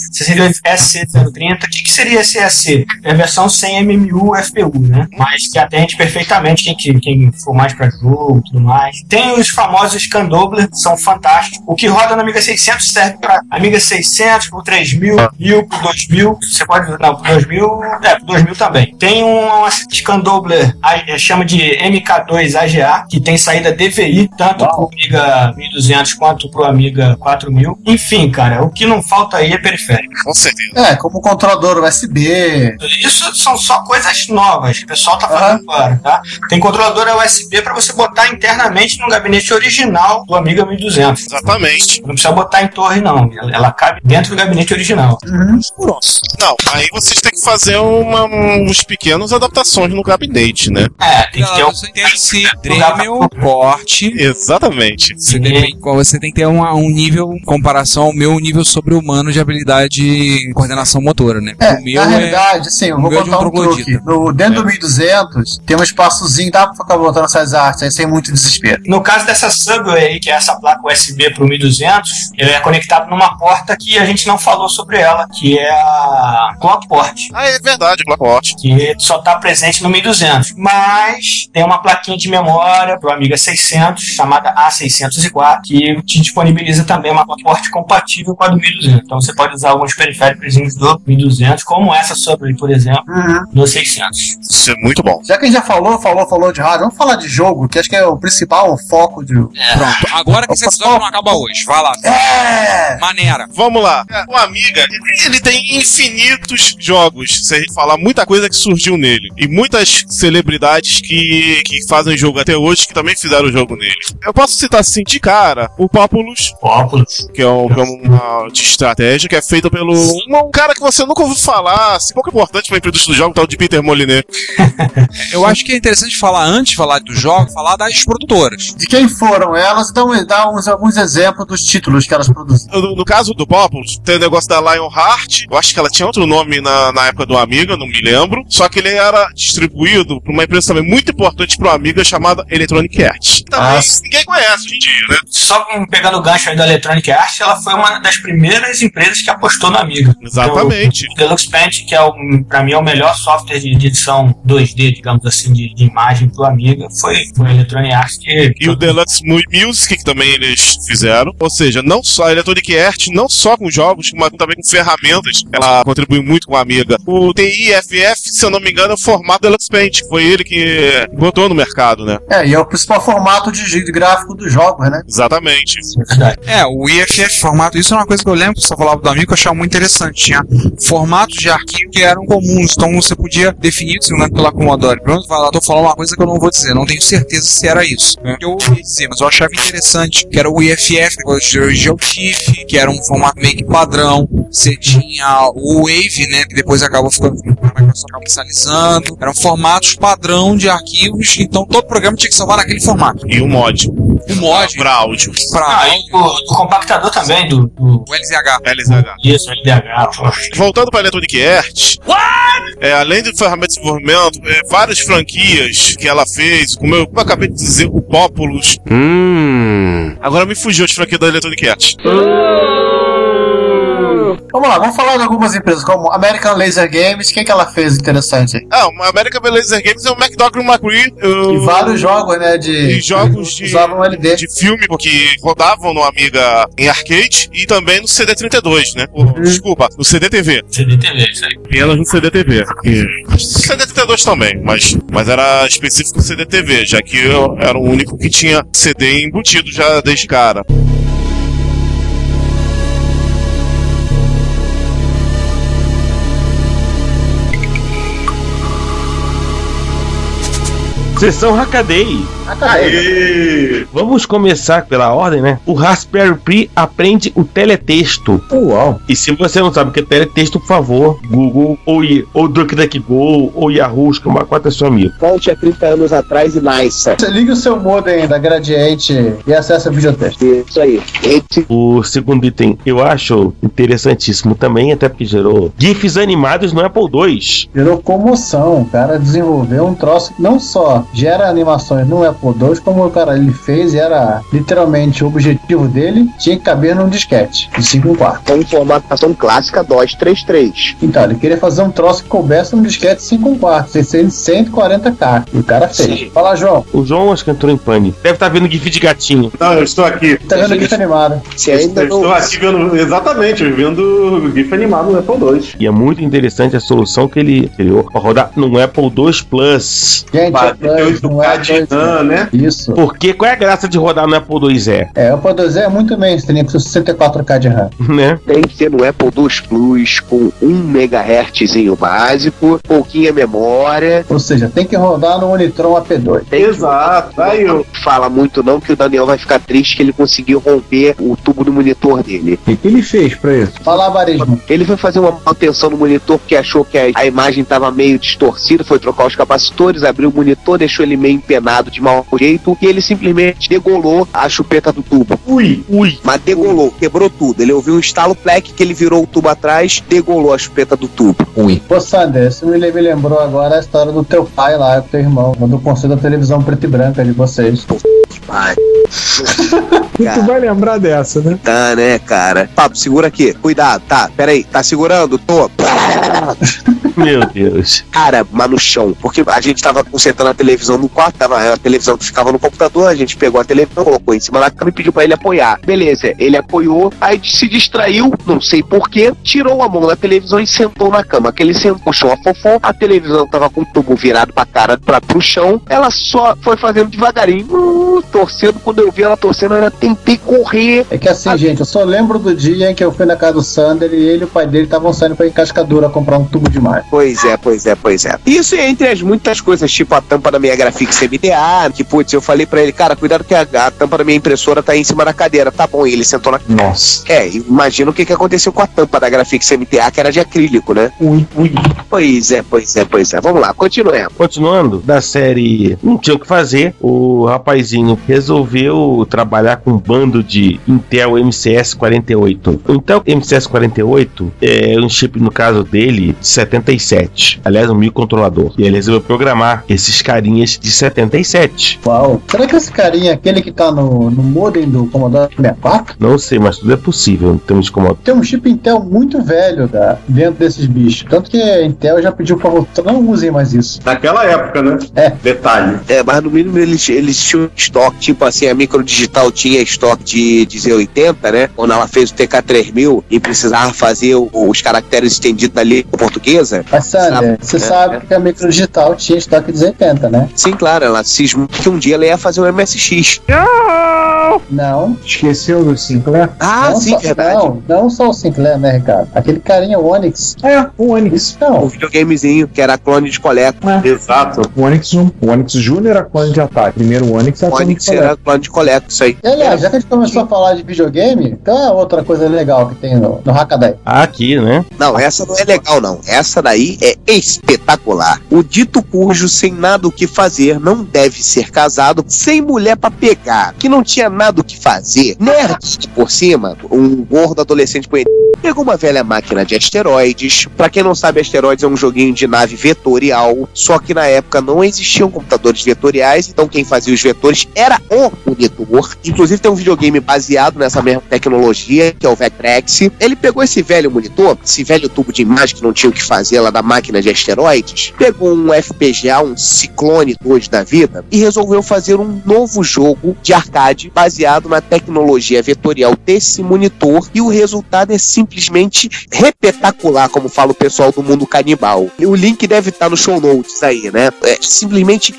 Speaker 3: 68SC030. O que, que seria esse SC? É a versão sem MMU FPU, né? Mas que atende perfeitamente quem, que- quem for mais pra jogo e tudo mais. Tem os famosos Candobler, que são fantásticos. O que roda na Amiga 600 serve pra Amiga 600, pro 3000, 1000, pro 2000. Você pode... Não, pro 2000... É, pro 2000 também. Tem um Scandobler, a- é, chama de MK2 AGA, que tem saída DVI, tanto pro Amiga 1200 quanto pro Amiga 4000. Enfim, cara, o que não falta aí é periférico.
Speaker 5: Com certeza.
Speaker 2: É, como controlador USB.
Speaker 3: Isso são só coisas novas que o pessoal tá fazendo agora, tá? Tem controladora USB para você botar internamente no gabinete original do Amiga 1200.
Speaker 5: Exatamente.
Speaker 3: Não precisa botar em torre, não. Ela ela cabe dentro do gabinete original.
Speaker 5: Não, aí vocês têm que fazer uma, uns pequenos adaptações no gabinete, né?
Speaker 3: É, tem que ter um.
Speaker 7: Você tem que ser Dremel, corte.
Speaker 5: Exatamente.
Speaker 7: Você tem, você tem que ter uma- um nível, em comparação ao meu um nível sobre-humano de habilidade e coordenação motora, né?
Speaker 2: É,
Speaker 7: o meu
Speaker 2: na
Speaker 7: é.
Speaker 2: realidade, assim, eu
Speaker 7: o
Speaker 2: vou
Speaker 7: meu é de um
Speaker 2: contar um truque.
Speaker 7: troglodita.
Speaker 2: No, dentro do 1200, tem uma espaçozinho, dá pra ficar botando essas artes aí sem muito desespero.
Speaker 3: No caso dessa Subway aí, que é essa placa USB pro 1200, ele é conectado numa porta que a gente não falou sobre ela, que é a Clockport,
Speaker 5: Ah, é verdade, Blackout.
Speaker 3: que só tá presente no 1200. Mas tem uma plaquinha de memória pro Amiga 600, chamada A604, que te disponibiliza também uma Clockport compatível com a do 1200. Então você pode usar alguns periféricos do 1200, como essa Subway, por exemplo, no 600.
Speaker 5: Isso é muito bom.
Speaker 2: Já que a gente já falou, falou, falou de rádio, vamos falar de jogo, que acho que é o principal foco de.
Speaker 7: Pronto, agora que esse episódio não acaba hoje. Vai lá.
Speaker 2: É!
Speaker 7: Maneira.
Speaker 5: Vamos lá. O É, Amiga, ele tem infinitos jogos. Se a gente falar muita coisa que surgiu nele. E muitas celebridades que, que fazem jogo até hoje que também fizeram jogo nele. Eu posso citar assim de cara o Populous,
Speaker 3: Óculos.
Speaker 5: que é, um, que é uma de estratégia que é feita pelo um, um cara que você nunca ouviu falar, assim, pouco importante pra indústria do jogo, tal de Peter Moliné.
Speaker 7: Eu acho que é interessante falar, antes de falar do jogo, falar das produtoras.
Speaker 2: De quem foram elas, então dá uns, alguns exemplos dos títulos que elas produziram.
Speaker 5: Ah, No, no caso do Populous, tem o negócio da Lionheart. Eu acho que ela tinha outro nome na, na época do Amiga, não me lembro. Só que ele era distribuído por uma empresa também muito importante pro Amiga chamada Electronic Arts. Também
Speaker 2: Ah.
Speaker 5: ninguém conhece hoje em dia, né?
Speaker 3: Só pegando o gancho aí da Electronic Arts, ela foi uma das primeiras empresas que apostou no Amiga.
Speaker 5: Exatamente.
Speaker 3: O Deluxe Paint, que é o, pra mim é o melhor software de de edição 2D, digamos assim, de, de imagem pro Amiga, foi, foi a Electronic Arts que.
Speaker 5: E o Deluxe Mu- Music, que também eles fizeram. Ou seja, não só a Electronic Arts, não só com jogos, mas também com ferramentas. Ela contribui muito com a Amiga. O TIFF, se eu não me engano, é o formato Deluxe Paint. Foi ele que botou no mercado, né?
Speaker 2: É, e é o principal formato de, de gráfico dos jogos, né?
Speaker 5: Exatamente.
Speaker 7: É, o IFF formato, isso é uma coisa que eu lembro que você falava do amigo que eu achava muito interessante. Tinha formatos de arquivo que eram comuns, então você podia definir, se não lembro pela Commodore. Pronto, vai lá, tô falando uma coisa que eu não vou dizer, não tenho certeza se era isso. né? Eu ouvi dizer, mas eu achava interessante que era o IFF, que era o GeoTIFF, que era um formato meio que padrão. Você tinha o Wave, né, que depois acabou ficando a Microsoft acabou comercializando. Eram formatos padrão de arquivos, então todo programa tinha que salvar naquele formato.
Speaker 5: E o mod.
Speaker 7: O mod,
Speaker 5: Pra áudio.
Speaker 7: pra
Speaker 3: Ah, e do, do compactador também, do. do né,
Speaker 7: o LZH.
Speaker 5: LSH.
Speaker 3: isso, LDH. pô.
Speaker 5: Voltando para Electronic Arts, é, além de ferramentas de desenvolvimento, é, várias franquias que ela fez, como eu acabei de dizer, o Populous.
Speaker 8: Hum.
Speaker 5: Agora me fugiu de franquia da Electronic Arts.
Speaker 2: Vamos lá, vamos falar de algumas empresas, como American Laser Games, o que, que ela fez interessante? aí?
Speaker 5: Ah, uma América Laser Games é o MacDog McCree.
Speaker 2: E
Speaker 5: Eu...
Speaker 2: vários jogos, né? De,
Speaker 5: E jogos Hum. de-
Speaker 2: usavam LD.
Speaker 5: De filme que rodavam no Amiga em arcade e também no CD32, né? Ou, Desculpa, no CDTV.
Speaker 3: CDTV, isso aí.
Speaker 5: Apenas no CDTV. CD32 também, mas, mas era específico o CDTV, já que eu era o único que tinha CD embutido já desde cara.
Speaker 8: Sessão Hackaday. Vamos começar pela ordem, né? O Raspberry Pi aprende o teletexto. Uau! E se você não sabe o que é teletexto, por favor, Google ou, I- ou DuckDuckGo ou Yahoo, que uma conta é seu amigo.
Speaker 9: Volte a 30 anos atrás e nasça.
Speaker 2: Você liga o seu modem da Gradiente e acessa o videotexto.
Speaker 9: Isso aí. Gente,
Speaker 8: O segundo item eu acho interessantíssimo também, até porque gerou GIFs animados no Apple II.
Speaker 2: Gerou comoção, o cara desenvolveu um troço que não só gera animações no Apple II, como o cara ele fez e era literalmente o objetivo dele, tinha que caber num disquete de 5 em 4.
Speaker 9: com formatação clássica DOS 33.
Speaker 2: Então, ele queria fazer um troço que coubesse num disquete 5 em 4, 640k. E o cara fez.
Speaker 9: Sim.
Speaker 2: Fala, João,
Speaker 8: O João acho que entrou em pane. Deve estar vendo GIF de gatinho.
Speaker 10: Não, eu estou aqui.
Speaker 2: tá vendo que tá animado.
Speaker 9: Se ainda
Speaker 10: Eu
Speaker 9: não.
Speaker 10: estou aqui vendo, exatamente, vendo o GIF animado no Apple II.
Speaker 8: E é muito interessante a solução que ele criou para rodar no Apple II Plus.
Speaker 2: Gente, Apple II
Speaker 10: 48
Speaker 2: não é
Speaker 10: k
Speaker 2: Apple
Speaker 10: de RAM, né?
Speaker 2: II. Isso.
Speaker 8: Porque qual é a graça de rodar no Apple IIe,
Speaker 2: É, o Apple II é muito mainstream, com 64k de RAM.
Speaker 8: né?
Speaker 9: Tem que ser no Apple II Plus com 1 MHz básico, pouquinha memória.
Speaker 2: Ou seja, tem que rodar no Unitron AP2.
Speaker 9: Tem que-
Speaker 10: Exato. Aí eu.
Speaker 9: Fala muito não que o Daniel vai ficar triste que ele conseguiu romper o tubo do monitor dele.
Speaker 10: O que ele fez pra isso?
Speaker 2: Falabarismo.
Speaker 9: Ele foi fazer uma manutenção no monitor porque achou que a, a imagem estava meio distorcida, foi trocar os capacitores, abriu o monitor, deixou ele meio empenado de mau mau jeito e ele simplesmente degolou a chupeta do tubo.
Speaker 3: Ui, ui.
Speaker 9: Mas degolou, quebrou tudo. Ele ouviu um estalo plec que ele virou o tubo atrás, degolou a chupeta do tubo.
Speaker 7: Ui.
Speaker 2: Pô, Sander, isso me le- me lembrou agora a história do teu pai lá, do teu irmão, do conselho da televisão preta e branca de vocês.
Speaker 9: Pai.
Speaker 11: E tu vai lembrar dessa, né?
Speaker 9: Tá, né, cara? Pablo, segura aqui. Cuidado, tá? Pera aí. Tá segurando? Tô.
Speaker 8: Meu Deus.
Speaker 9: Cara, mas no chão. Porque a gente tava consertando a televisão no quarto, tava a televisão que ficava no computador, a gente pegou a televisão, colocou em cima da cama e pediu pra ele apoiar. Beleza, ele apoiou, aí se distraiu, não sei porquê, tirou a mão da televisão e sentou na cama. Que ele sentou, puxou a fofó, a televisão tava com o tubo virado pra cara, pra, pro chão, ela só foi fazendo devagarinho, uh, torcendo. Quando eu vi ela torcendo, eu ainda tentei correr.
Speaker 2: É que assim, gente, eu só lembro do dia em que eu fui na casa do Sander e ele e o pai dele estavam saindo pra encascadura comprar um tubo de mar.
Speaker 9: Pois é, pois é, pois é. Isso é entre as muitas coisas, tipo a tampa da minha Grafix MDA, que putz, eu falei pra ele, cara, cuidado que a, a tampa da minha impressora tá aí em cima da cadeira. Tá bom, e ele sentou na.
Speaker 3: Nossa.
Speaker 9: É, imagina o que, que aconteceu com a tampa da Grafix MTA, que era de acrílico, né?
Speaker 3: Ui, ui.
Speaker 9: Pois é, pois é, pois é. Vamos lá, continuemos.
Speaker 8: Continuando, da série Não Tinha O Que Fazer, o rapazinho resolveu trabalhar com um bando de Intel MCS-48. O Intel MCS-48 é um chip, no caso dele, de 77. Aliás, um microcontrolador. E ele resolveu programar esses carinhas de 77.
Speaker 2: Uau. Será que esse carinha é aquele que tá no, no modem do Commodore 64?
Speaker 8: Não sei, mas tudo é possível em termos de como...
Speaker 2: Tem um chip Intel muito velho tá, dentro desses bichos. Tanto que a Intel já pediu pra voltar, não usem mais isso.
Speaker 10: Naquela época, né?
Speaker 2: É.
Speaker 10: Detalhe.
Speaker 9: É, mas no mínimo eles, eles tinham estoque, tipo assim, a microdigital tinha estoque de, de Z80, né? Quando ela fez o TK3000 e precisava fazer o- os caracteres estendidos da língua portuguesa,
Speaker 2: Mas Sander,
Speaker 9: Sabe,
Speaker 2: você
Speaker 9: é,
Speaker 2: sabe
Speaker 9: é.
Speaker 2: que a microdigital tinha estoque de 80, né?
Speaker 9: Sim, claro, ela cismou que um dia ela ia fazer o MSX.
Speaker 2: Não.
Speaker 11: Esqueceu do Sinclair?
Speaker 9: Ah,
Speaker 2: não
Speaker 9: sim,
Speaker 2: só,
Speaker 9: verdade.
Speaker 2: Não, não só o Sinclair, né, Ricardo? Aquele carinha, o Onix. Então,
Speaker 11: É, o Onix.
Speaker 2: Isso não.
Speaker 9: O Um videogamezinho, que era clone de coleco.
Speaker 10: Exato.
Speaker 11: O Onix 1. O Onix Júnior era clone de ataque. Primeiro o Onix,
Speaker 9: O
Speaker 11: era clone de
Speaker 9: Onix
Speaker 11: colega.
Speaker 9: era clone de coleco, isso aí.
Speaker 2: E
Speaker 11: é,
Speaker 2: aliás, já que a gente começou a falar de videogame, então é outra coisa legal que tem no, no Hackaday.
Speaker 8: Aqui, né?
Speaker 9: Não, essa não é legal, não. Essa daí é espetacular. O dito cujo, sem nada o que fazer, não deve ser casado, sem mulher pra pegar, que não tinha nada o que fazer. Nerd por cima, um gordo adolescente punheta. Pegou uma velha máquina de asteroides. Pra quem não sabe, asteroides é um joguinho de nave vetorial. Só que na época não existiam computadores vetoriais, então quem fazia os vetores era o monitor. Inclusive tem um videogame baseado nessa mesma tecnologia, que é o Vectrex. Ele pegou esse velho monitor, esse velho tubo de imagem que não tinha o que fazer lá da máquina de asteroides, pegou um FPGA, um Ciclone 2 da vida, e resolveu fazer um novo jogo de arcade baseado na tecnologia vetorial desse monitor. E o resultado é simplesmente repetacular, como fala o pessoal do mundo canibal. E O link deve estar no show notes aí, né? É simplesmente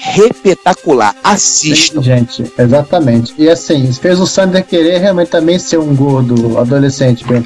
Speaker 9: repetacular. Assista.
Speaker 2: Sim, gente, exatamente. E assim, isso fez o Sander querer realmente também ser um gordo adolescente. bem-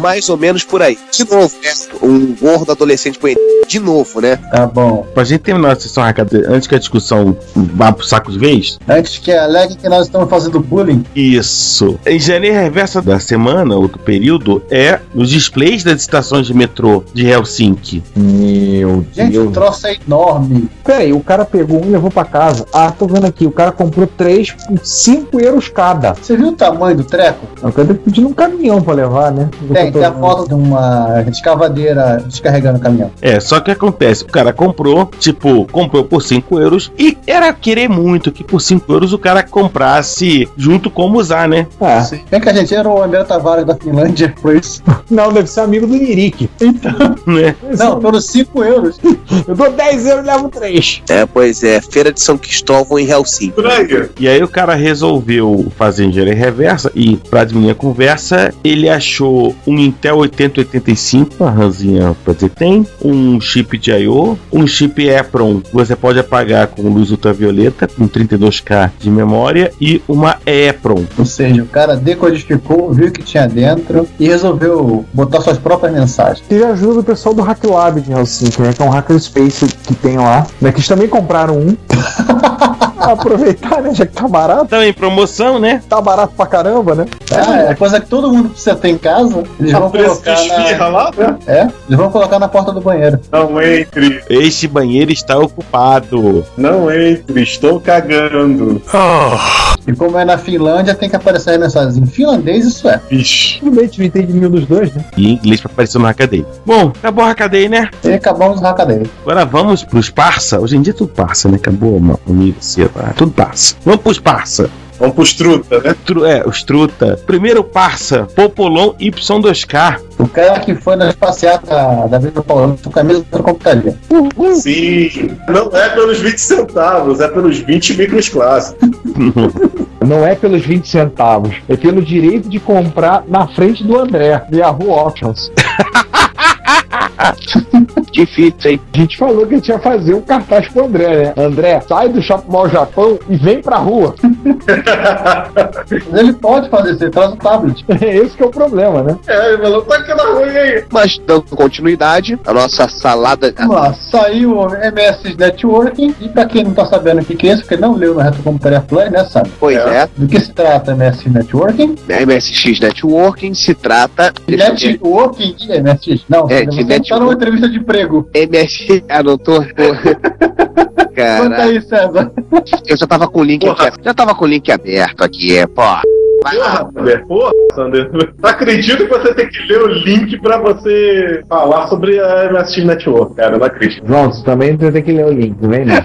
Speaker 9: mais ou menos por aí. De novo, né? Um gordo adolescente punheta. De novo, né?
Speaker 2: Tá bom.
Speaker 8: Pra gente terminar a sessão arcade, antes que a discussão vá pro saco de vez,
Speaker 2: Antes que alegue que nós estamos fazendo bullying,
Speaker 8: Isso. A engenharia reversa da semana, ou do período, é os displays das estações de metrô de Helsinki.
Speaker 11: Meu
Speaker 2: gente, o
Speaker 11: Deus.
Speaker 2: troço é enorme.
Speaker 11: Pera aí, o cara pegou um e levou pra casa. Ah, tô vendo aqui, o cara comprou três, cinco euros cada.
Speaker 2: Você viu o tamanho do treco?
Speaker 11: O cara deve pedir um caminhão pra levar, né? Do
Speaker 2: Tem,
Speaker 11: que eu
Speaker 2: tem
Speaker 11: tô
Speaker 2: a
Speaker 11: vendo.
Speaker 2: foto de uma escavadeira descarregando o caminhão.
Speaker 8: É, só que acontece, o cara comprou, tipo, comprou por 5 euros e era querer muito que por 5 euros o cara comprasse junto como usar, né?
Speaker 11: É.
Speaker 2: Bem que a gente era o André Tavares da Finlândia, por isso. Então,
Speaker 11: Não, deve ser amigo do Nirique.
Speaker 8: Né?
Speaker 2: Não, pelos 5 euros.
Speaker 11: Eu dou 10 euros e levo 3.
Speaker 9: É, pois é. Feira de São Cristóvão em Helsinki.
Speaker 10: Por aí.
Speaker 8: E aí o cara resolveu fazer engenharia reversa e, pra diminuir a conversa, ele achou um Intel 8085, a ranzinha pra dizer tem, um chip de I.O., um chip EPROM, que você pode apagar com luz ultravioleta, com 32K de memória, e uma EPROM.
Speaker 2: Ou seja, o cara decodificou, viu o que tinha dentro e resolveu botar suas próprias mensagens.
Speaker 11: Que ajuda o pessoal do Hack Lab de Helsinki, né? Que é um hackerspace que tem lá. Né? Que eles também compraram um.
Speaker 12: Aproveitar, né? Já que tá barato.
Speaker 11: Também promoção, né?
Speaker 12: Tá barato pra caramba, né?
Speaker 2: É, é coisa que todo mundo precisa ter em casa. Eles
Speaker 5: A
Speaker 2: vão
Speaker 5: preço de
Speaker 2: colocar.
Speaker 5: esfirra
Speaker 2: Na...
Speaker 5: lá, né?
Speaker 2: É, eles vão colocar na porta do banheiro.
Speaker 5: Não entre,
Speaker 8: Este banheiro está ocupado.
Speaker 5: não entre, estou cagando.
Speaker 2: E como é na Finlândia, tem que aparecer aí mensagem em finlandês é. e sueco.
Speaker 5: Ixi.
Speaker 12: Simplesmente não entende nenhum dos dois, né?
Speaker 8: E em inglês para aparecer no Hackaday.
Speaker 11: Bom, acabou a cadeia, né?
Speaker 2: E acabamos na cadeia.
Speaker 8: Agora vamos pros parça. Hoje em dia tudo parça, né? Acabou, mano. Universidade. Tudo parça. Vamos pros parça.
Speaker 5: Vamos pros truta, né?
Speaker 8: Tru- é, os truta. Primeiro parça, Popolon Y2K.
Speaker 2: O cara que foi nas passeatas da Vila Paulão com camisa da computaria.
Speaker 8: Hum.
Speaker 5: Sim. Não é pelos 20 centavos, é pelos 20 micros clássicos.
Speaker 12: Não é pelos 20 centavos, é pelo direito de comprar na frente do André, do Yahoo Options.
Speaker 8: Difícil, hein?
Speaker 12: A gente falou que a gente ia fazer um cartaz pro André, né? André, sai do Shopping Mall Japão e vem pra rua.
Speaker 2: Mas ele pode fazer isso, ele traz o tablet.
Speaker 12: Esse que é o problema, né?
Speaker 5: É, mano, tá aquela ruim aí.
Speaker 9: Mas dando continuidade, a nossa salada.
Speaker 2: Vamos lá, saiu o MS Networking. E pra quem não tá sabendo o que, que é isso, porque não leu no Reto Computaria Play, né, sabe?
Speaker 9: Pois é.
Speaker 2: Do que se trata MS Networking?
Speaker 9: MSX Networking se trata. Deixa eu ver.
Speaker 2: Networking e MSX. Não,
Speaker 9: É, de
Speaker 2: você não tá
Speaker 9: network.
Speaker 2: numa entrevista de emprego.
Speaker 9: MSX. Ah, não tô. pô.
Speaker 2: Conta
Speaker 9: Cara,
Speaker 2: aí, César.
Speaker 9: eu já tava com o link
Speaker 5: Porra.
Speaker 9: aqui. Já tava com o link aberto aqui, é, pô. Vai lá.
Speaker 5: Porra, Tá, Sander. Porra, Sander. Não acredito que você tem que ler o link pra você falar sobre a MSX Network, cara. Não acredito.
Speaker 12: João, você também tem que ler o link, vem né?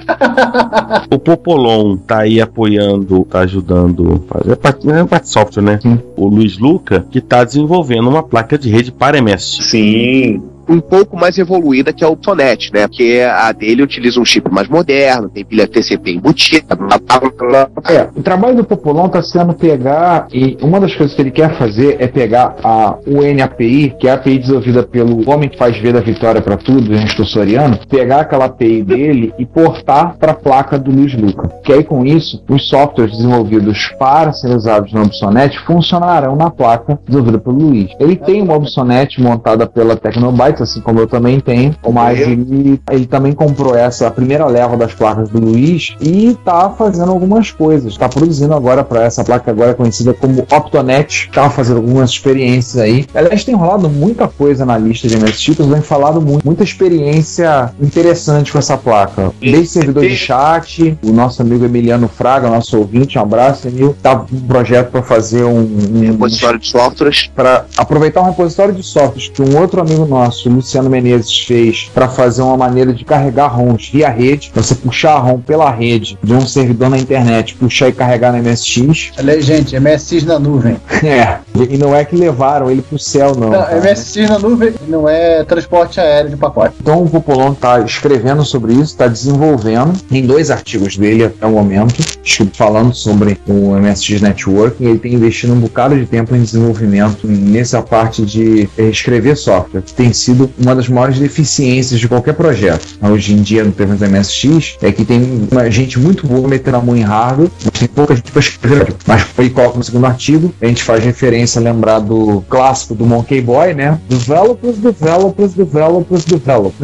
Speaker 8: O Popolon tá aí apoiando, tá ajudando. É parte, é parte de software, né?
Speaker 12: Sim.
Speaker 8: O Luiz Luca, que tá desenvolvendo uma placa de rede para MS.
Speaker 5: Sim.
Speaker 9: um pouco mais evoluída que a Opsonet, né? Porque a dele utiliza um chip mais moderno, tem pilha TCP embutida, blá, blá, blá, blá.
Speaker 12: É, o trabalho do Populão está sendo pegar, e uma das coisas que ele quer fazer é pegar a UNAPI, que é a API desenvolvida pelo homem que faz ver da vitória para tudo, Ernesto Soriano, pegar aquela API dele e portar para a placa do Luiz Luca. Que aí com isso, os softwares desenvolvidos para serem usados na Obsonet funcionarão na placa desenvolvida pelo Luiz. Ele tem uma Obsonet montada pela Tecnobytes, assim como eu também tenho, mas ele, ele também comprou essa a primeira leva das placas do Luiz e tá fazendo algumas coisas. Tá produzindo agora para essa placa agora conhecida como Optonet. Tá fazendo algumas experiências aí. Aliás, tem rolado muita coisa na lista de MSX, eu tenho então falado muito, muita experiência interessante com essa placa. Desde servidor de chat, o nosso amigo Emiliano Fraga, nosso ouvinte, um abraço, Emil. Tá com um projeto para fazer um, um
Speaker 9: Repositório de softwares.
Speaker 12: para aproveitar um repositório de softwares que um outro amigo nosso, Luciano Menezes, fez para fazer uma maneira de carregar ROMs via rede, pra você puxar a ROM pela rede de um servidor na internet, puxar e carregar na MSX.
Speaker 2: Olha, gente, MSX na nuvem.
Speaker 12: É. E não é que levaram ele pro céu, não.
Speaker 2: Não,
Speaker 12: cara.
Speaker 2: MSX na nuvem não é transporte aéreo de pacote.
Speaker 12: Então o Popolon está escrevendo sobre isso, está desenvolvendo. Tem dois artigos dele até o momento, acho que falando sobre o MSX Networking. Ele tem investido um bocado de tempo em desenvolvimento nessa parte de eh, escrever software, que tem sido uma das maiores deficiências de qualquer projeto. Hoje em dia, no termo do MSX, é que tem uma gente muito boa metendo a mão em hardware, mas tem pouca gente para escrever. Mas ele coloca no segundo artigo, a gente faz referência a lembrar do clássico do Monkey Boy, né? Developers, developers, developers, developers.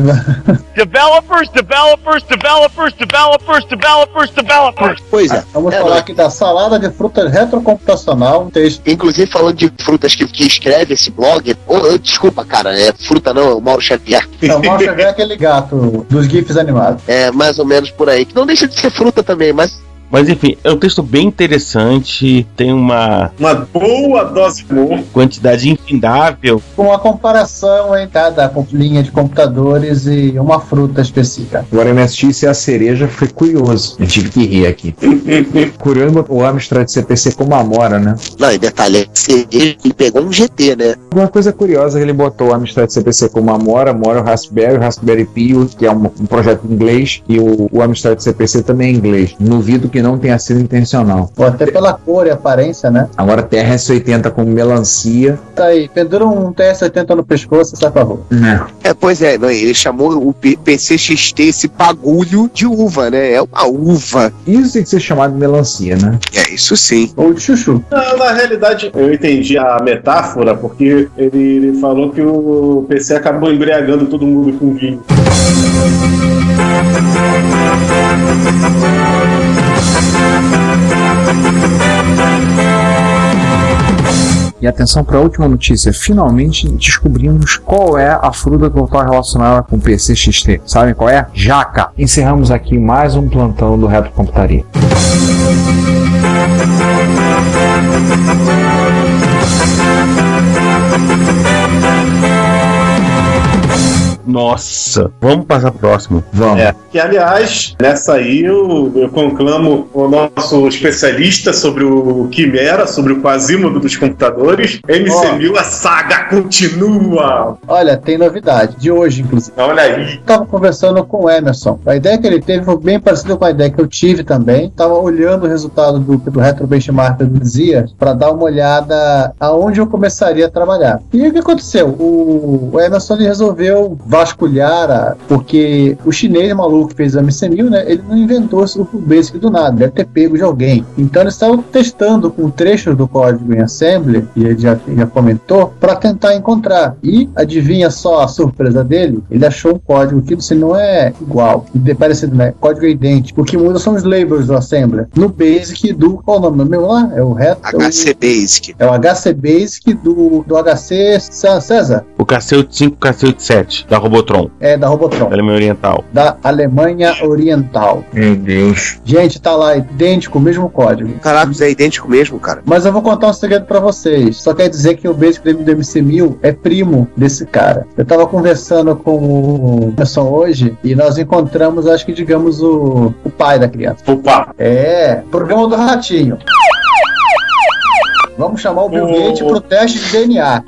Speaker 11: Developers, developers, developers, developers, developers, developers.
Speaker 9: Pois é.
Speaker 2: Ah, então Vamos
Speaker 9: É,
Speaker 2: falar
Speaker 9: não.
Speaker 2: aqui da salada de frutas retrocomputacional, um texto.
Speaker 9: Inclusive, falando de frutas que, que escreve esse blog. Ô, ô, desculpa, cara, é fruta não, é o Mauro Xavier.
Speaker 2: Não, mal chegar aquele gato dos GIFs animados.
Speaker 9: É mais ou menos por aí. Que não deixa de ser fruta também, mas.
Speaker 8: Mas enfim, é um texto bem interessante, tem uma
Speaker 5: Uma boa dose de humor.
Speaker 8: quantidade infindável.
Speaker 2: Com uma comparação em cada com- linha de computadores e uma fruta específica.
Speaker 12: Agora MSX e é a cereja foi curioso. Eu tive que rir aqui. curioso botou o Amstrad CPC como Amora, né?
Speaker 9: Não, e detalhe, esse- ele pegou um GT, né?
Speaker 12: Uma coisa curiosa que ele botou o Amstrad CPC como Amora, Amora é o Raspberry, o Raspberry Pi, que é um, um projeto em inglês, e o, o Amstrad CPC também é inglês. Duvido que não tenha sido intencional.
Speaker 2: Ou até pela cor e aparência, né?
Speaker 12: Agora TRS-80 como melancia.
Speaker 2: Tá aí, pendura um TS-80 no pescoço e sai pra rua.
Speaker 12: Né?
Speaker 9: É, pois é, não, ele chamou o P- PCXT, esse bagulho de uva, né? É uma uva.
Speaker 12: Isso tem que ser chamado de melancia, né?
Speaker 9: É, isso sim.
Speaker 2: Ou de chuchu.
Speaker 5: Não, na realidade, eu entendi a metáfora, porque ele, ele falou que o PC acabou embriagando todo mundo com vinho.
Speaker 12: E atenção para a última notícia. Finalmente descobrimos qual é a fruta que eu estava relacionada com o PCXT. Sabem qual é? Jaca. Encerramos aqui mais um plantão do Reto Computaria.
Speaker 8: Nossa, vamos passar pro próximo. Vamos.
Speaker 5: É. Que, aliás, nessa aí eu, eu conclamo o nosso especialista sobre o Quimera, sobre o Quasimodo dos computadores. MC1000, a saga continua!
Speaker 2: Olha, tem novidade, de hoje inclusive.
Speaker 5: Olha aí.
Speaker 2: Tava conversando com o Emerson. A ideia que ele teve foi bem parecida com a ideia que eu tive também. Tava olhando o resultado do, do Retro Benchmark do Zia para dar uma olhada aonde eu começaria a trabalhar. E o que aconteceu? O, o Emerson ele resolveu vasculhar, a- porque o chinês maluco que fez o MC1000, né? Ele não inventou o Basic do nada, deve ter pego de alguém. Então eles estavam testando com trechos do código em assembly, e ele já, já comentou, para tentar encontrar. E adivinha só a surpresa dele? Ele achou um código que você não é igual, e de- parecido, né? Código é idêntico. O que muda são os labels do assembly. No Basic do. Qual o nome do meu lá? É o reto.
Speaker 9: HC Basic.
Speaker 2: É o HC Basic do, do HC Cé- César.
Speaker 8: O Cacete 5 e o Cacete 7, da Robotron.
Speaker 2: É, da Robotron.
Speaker 8: Ela é meio oriental.
Speaker 2: da Alemanha Oriental.
Speaker 8: Meu Deus.
Speaker 2: Gente, tá lá idêntico, o mesmo código.
Speaker 9: Caraca, é idêntico mesmo, cara.
Speaker 2: Mas eu vou contar um segredo pra vocês. Só quer dizer que o Basic do MC1000 é primo desse cara. Eu tava conversando com o pessoal hoje e nós encontramos, acho que digamos, o, o pai da criança.
Speaker 5: O pai.
Speaker 2: É, programa do Ratinho. Vamos chamar o Bill Gates pro teste de DNA.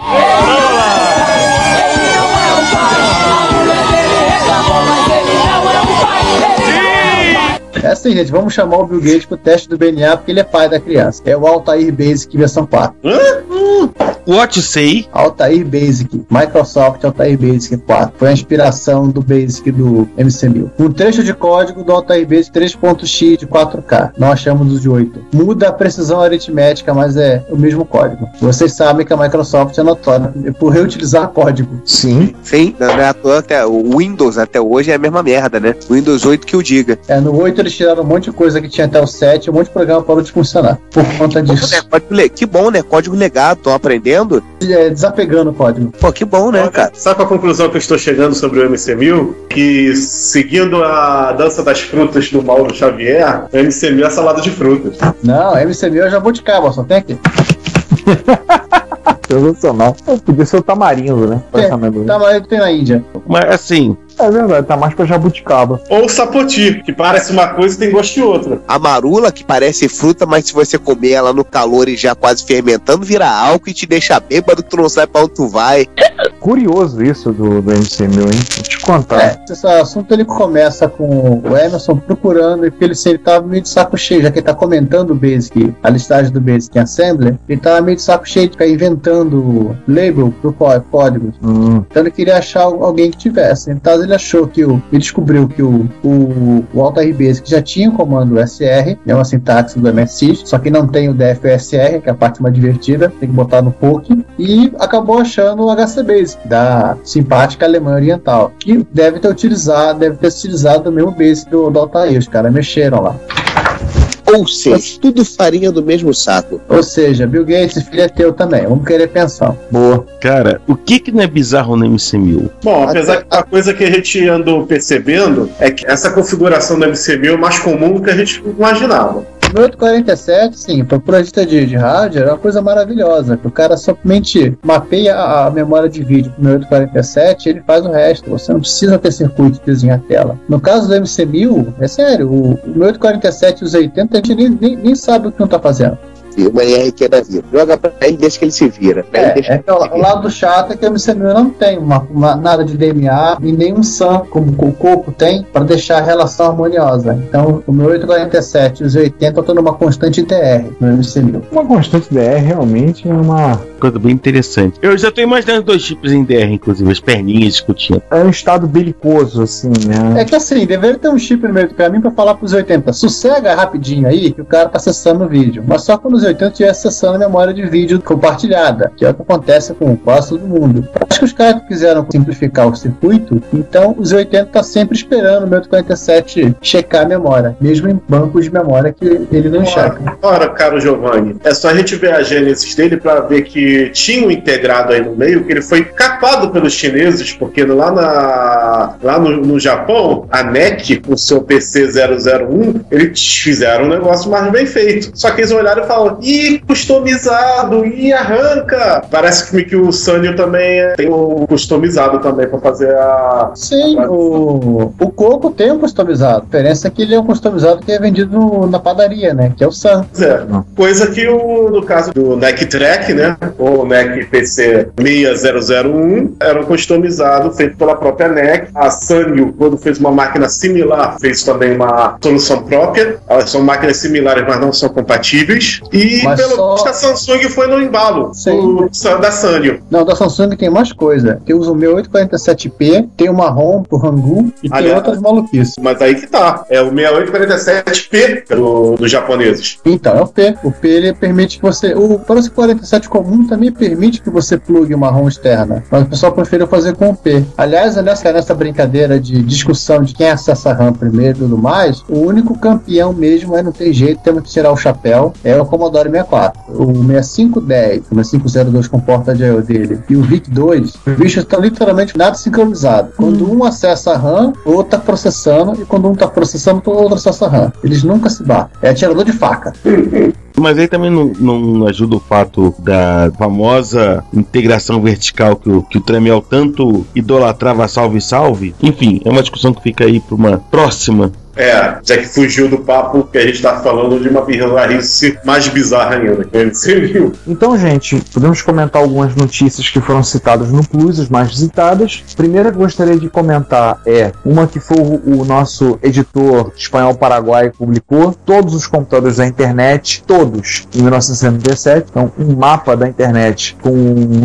Speaker 2: É assim, gente, vamos chamar o Bill Gates pro teste do DNA, porque ele é pai da criança. É o Altair Basic versão 4.
Speaker 8: Hum. What you say?
Speaker 2: Altair Basic, Microsoft Altair Basic 4. Foi a inspiração do Basic do MC1000. Um trecho de código do Altair Basic 3.x de 4K. Não achamos o de 8. Muda a precisão aritmética, mas é o mesmo código. Vocês sabem que a Microsoft é notória por reutilizar código.
Speaker 12: Sim.
Speaker 9: Sim, não é à toa até o Windows até hoje é a mesma merda, né? Windows 8 que eu diga.
Speaker 2: É, no 8 eles tiraram um monte de coisa que tinha até o 7, um monte de programa parou de funcionar. Por conta disso.
Speaker 9: É, código le- Que bom, né? Código legado, tô aprendendo.
Speaker 2: É, desapegando o código.
Speaker 9: Pô, que bom, né, cara?
Speaker 5: Sabe qual a conclusão que eu estou chegando sobre o MC1000? Que seguindo a dança das frutas do Mauro Xavier, o MC1000 é salada de frutas.
Speaker 2: Não, MC1000 é jabuticaba, só tem aqui.
Speaker 12: Sensacional. Podia ser o tamarindo, né?
Speaker 2: É, Tamarindo tem na Índia.
Speaker 8: Mas assim.
Speaker 12: É verdade, tá mais pra jabuticaba.
Speaker 5: Ou sapoti, que parece uma coisa e tem gosto de outra.
Speaker 9: A marula, que parece fruta, mas se você comer ela no calor e já quase fermentando, vira álcool e te deixa bêbado, tu não sabe pra onde tu vai.
Speaker 12: Curioso isso do, do MC1000, hein? Vou te contar.
Speaker 2: É, esse assunto ele começa com o Emerson procurando, porque ele, se ele tava meio de saco cheio, já que ele tá comentando o Basic, a listagem do Basic em Assembler, ele tava meio de saco cheio de ficar inventando label pro có- código. Então ele queria achar al- alguém que tivesse. Então ele achou que o. Ele descobriu que o, o, o Altair Basic já tinha o comando SR, é uma sintaxe do MSX, só que não tem o DFSR, que é a parte mais divertida, tem que botar no POC, e acabou achando o HC Basic, da simpática Alemanha Oriental, que deve ter utilizado, deve ter utilizado o mesmo Basic do, do Altair, os caras mexeram lá.
Speaker 9: Ou seja, tudo farinha do mesmo saco.
Speaker 2: Ou seja, Bill Gates, esse filho é teu também, vamos querer pensar.
Speaker 12: Boa.
Speaker 8: Cara, o que que não é bizarro no MC1000?
Speaker 5: Bom, apesar que uma coisa que a gente andou percebendo é que essa configuração do MC1000 é mais comum do que a gente imaginava.
Speaker 2: O 847, sim, para o projeto de, de rádio, é uma coisa maravilhosa. que O cara somente mapeia a, a memória de vídeo no 847 ele faz o resto. Você não precisa ter circuito de desenhar a tela. No caso do MC1000, é sério, o, o 847 e os 80 a gente nem, nem, nem sabe o que não tá fazendo.
Speaker 9: Uma RQ da vida. Joga pra ele e deixa que ele se vira. Né?
Speaker 2: É,
Speaker 9: deixa
Speaker 2: é que o, o lado chato é que o MC1000 não tem uma, uma- nada de DMA e nenhum SAM, como o Coco tem, para deixar a relação harmoniosa. Então, o meu 847 e os 80 estão numa constante TR no MC1000.
Speaker 12: Uma constante DR realmente é uma.
Speaker 8: Coisa bem interessante. Eu já tô imaginando dois tipos em DR, inclusive, as perninhas discutindo.
Speaker 12: É um estado belicoso, assim, né?
Speaker 2: É que assim, deveria ter um chip no meio do caminho pra falar pros 80, sossega rapidinho aí que o cara tá acessando o vídeo. Mas só quando os anos 80 tinha acessando a memória de vídeo compartilhada, que é o que acontece com quase todo mundo. Acho que os caras quiseram simplificar o circuito, então os 80 tá sempre esperando o 1047 checar a memória, mesmo em bancos de memória que ele não
Speaker 5: Ora,
Speaker 2: checa.
Speaker 5: ora, caro Giovanni, é só a gente ver a gênesis dele pra ver que tinha um integrado aí no meio, que ele foi capado pelos chineses, porque lá, na, lá no, no Japão, a NEC, com o seu PC001, eles fizeram um negócio mais bem feito. Só que eles olharam e falaram, ih, customizado, ih, arranca! Parece que, que o Sanyo também é- tem o customizado também pra fazer a...
Speaker 2: Sim, o, o Coco tem um customizado. A diferença é que ele é um customizado que é vendido no- na padaria, né? Que é o Sam.
Speaker 5: Pois é. Coisa que o, no caso do Neck Track, né? Ou Neck PC 6001, era um customizado feito pela própria Neck. A Sanyo, quando fez uma máquina similar, fez também uma solução própria. Elas são máquinas similares, mas não são compatíveis. E
Speaker 2: Mas
Speaker 5: pelo
Speaker 2: só-
Speaker 5: visto a Samsung foi no embalo o, Sa- da Sanyo.
Speaker 2: Não, da Samsung tem mais coisa. Tem o meu 847P, tem uma ROM pro Rangu e tem
Speaker 5: Aliás,
Speaker 2: outras maluquices.
Speaker 5: Mas aí que tá. É o 6847P do, dos japoneses.
Speaker 2: Então, é o P. O P ele permite que você. O Proce 47 comum também permite que você plugue uma ROM externa. Mas o pessoal preferiu fazer com o P. Aliás, nessa, nessa brincadeira de discussão de quem acessa a RAM primeiro e tudo mais, o único campeão mesmo é não tem jeito, temos que tirar o chapéu, é o Commodore 64. O 6510, o 6502 com porta de I/O dele, e o VIC-2, os bichos estão literalmente nada sincronizado. Quando um acessa a RAM, o outro tá processando, e quando um tá processando, o outro acessa a RAM. Eles nunca se batem. É atirador de faca.
Speaker 8: Mas aí também não, não ajuda o fato da famosa integração vertical que o, que o Tremel tanto idolatrava salve-salve. Enfim, é uma discussão que fica aí para uma próxima.
Speaker 5: É, já que fugiu do papo que a gente tá falando de uma bizarrice mais bizarra ainda. que Você viu?
Speaker 12: Então, gente, podemos comentar algumas notícias que foram citadas no Plus, as mais visitadas. A primeira que eu gostaria de comentar é uma que foi o o nosso editor espanhol paraguai publicou. Todos os computadores da internet, todos, em 1977. Então, um mapa da internet com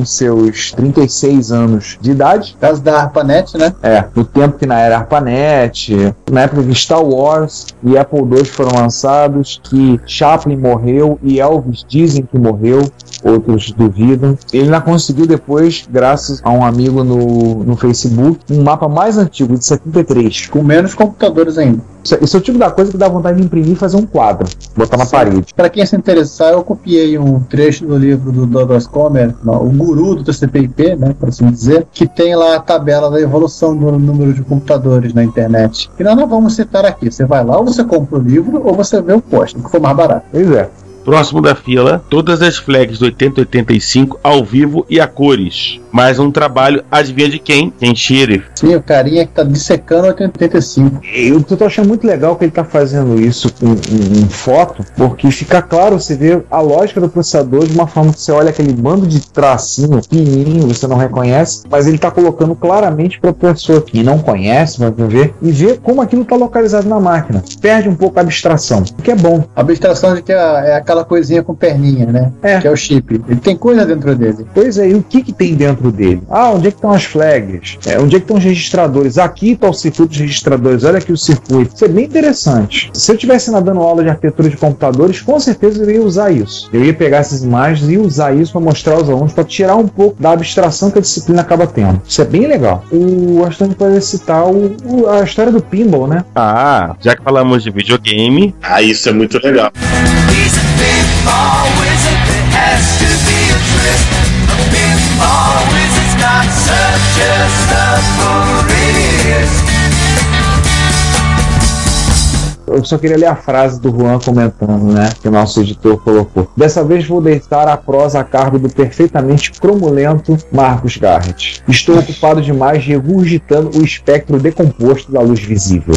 Speaker 12: os seus 36 anos de idade.
Speaker 2: Caso da ARPANET, né?
Speaker 12: É, no tempo que na era ARPANET, na época que Star Wars e Apple II foram lançados, que Chaplin morreu e Elvis dizem que morreu, outros duvidam. Ele ainda conseguiu depois, graças a um amigo no, no Facebook, um mapa mais antigo, de 73.
Speaker 2: Com menos computadores ainda.
Speaker 12: Isso, isso é o tipo da coisa que dá vontade de imprimir e fazer um quadro, botar na parede.
Speaker 2: Para quem se interessar, eu copiei um trecho do livro do Douglas Comer, não, o guru do TCP/IP, né, para assim dizer, que tem lá a tabela da evolução do número de computadores na internet. E nós não vamos citar aqui. Você vai lá, ou você compra o livro, ou você vê o post, o que for mais barato.
Speaker 12: Pois é.
Speaker 8: Próximo da fila, todas as flags do 8085 ao vivo e a cores. Mais um trabalho, adivinha de quem? Quem Sheriff.
Speaker 2: Sim, o carinha que tá dissecando 85.
Speaker 12: Eu tô achando muito legal que ele tá fazendo isso com em, em foto, porque fica claro, você vê a lógica do processador de uma forma que você olha aquele bando de tracinho pequenininho, você não reconhece, mas ele tá colocando claramente pra pessoa que não conhece, vai ver, e vê como aquilo tá localizado na máquina. Perde um pouco a abstração, o que é bom.
Speaker 2: A abstração de que é, é aquela coisinha com perninha, né?
Speaker 12: É.
Speaker 2: Que é o chip. Ele tem coisa dentro dele.
Speaker 12: Pois é, e o que, que tem dentro dele? Ah, onde é que estão as flags? É, onde é que estão os registradores? Aqui está o circuito dos registradores, olha aqui o circuito. Isso é bem interessante. Se eu estivesse dando aula de arquitetura de computadores, com certeza eu ia usar isso. Eu ia pegar essas imagens e usar isso para mostrar aos alunos, para tirar um pouco da abstração que a disciplina acaba tendo. Isso é bem legal. O Astone pode citar o- o- a história do pinball, né?
Speaker 8: Ah, já que falamos de videogame.
Speaker 5: Ah, isso é muito legal.
Speaker 12: Eu só queria ler a frase do Juan comentando, né? Que o nosso editor colocou. Dessa vez vou deitar a prosa a cargo do perfeitamente cromulento Marcos Garrett. Estou ocupado demais regurgitando o espectro decomposto da luz visível.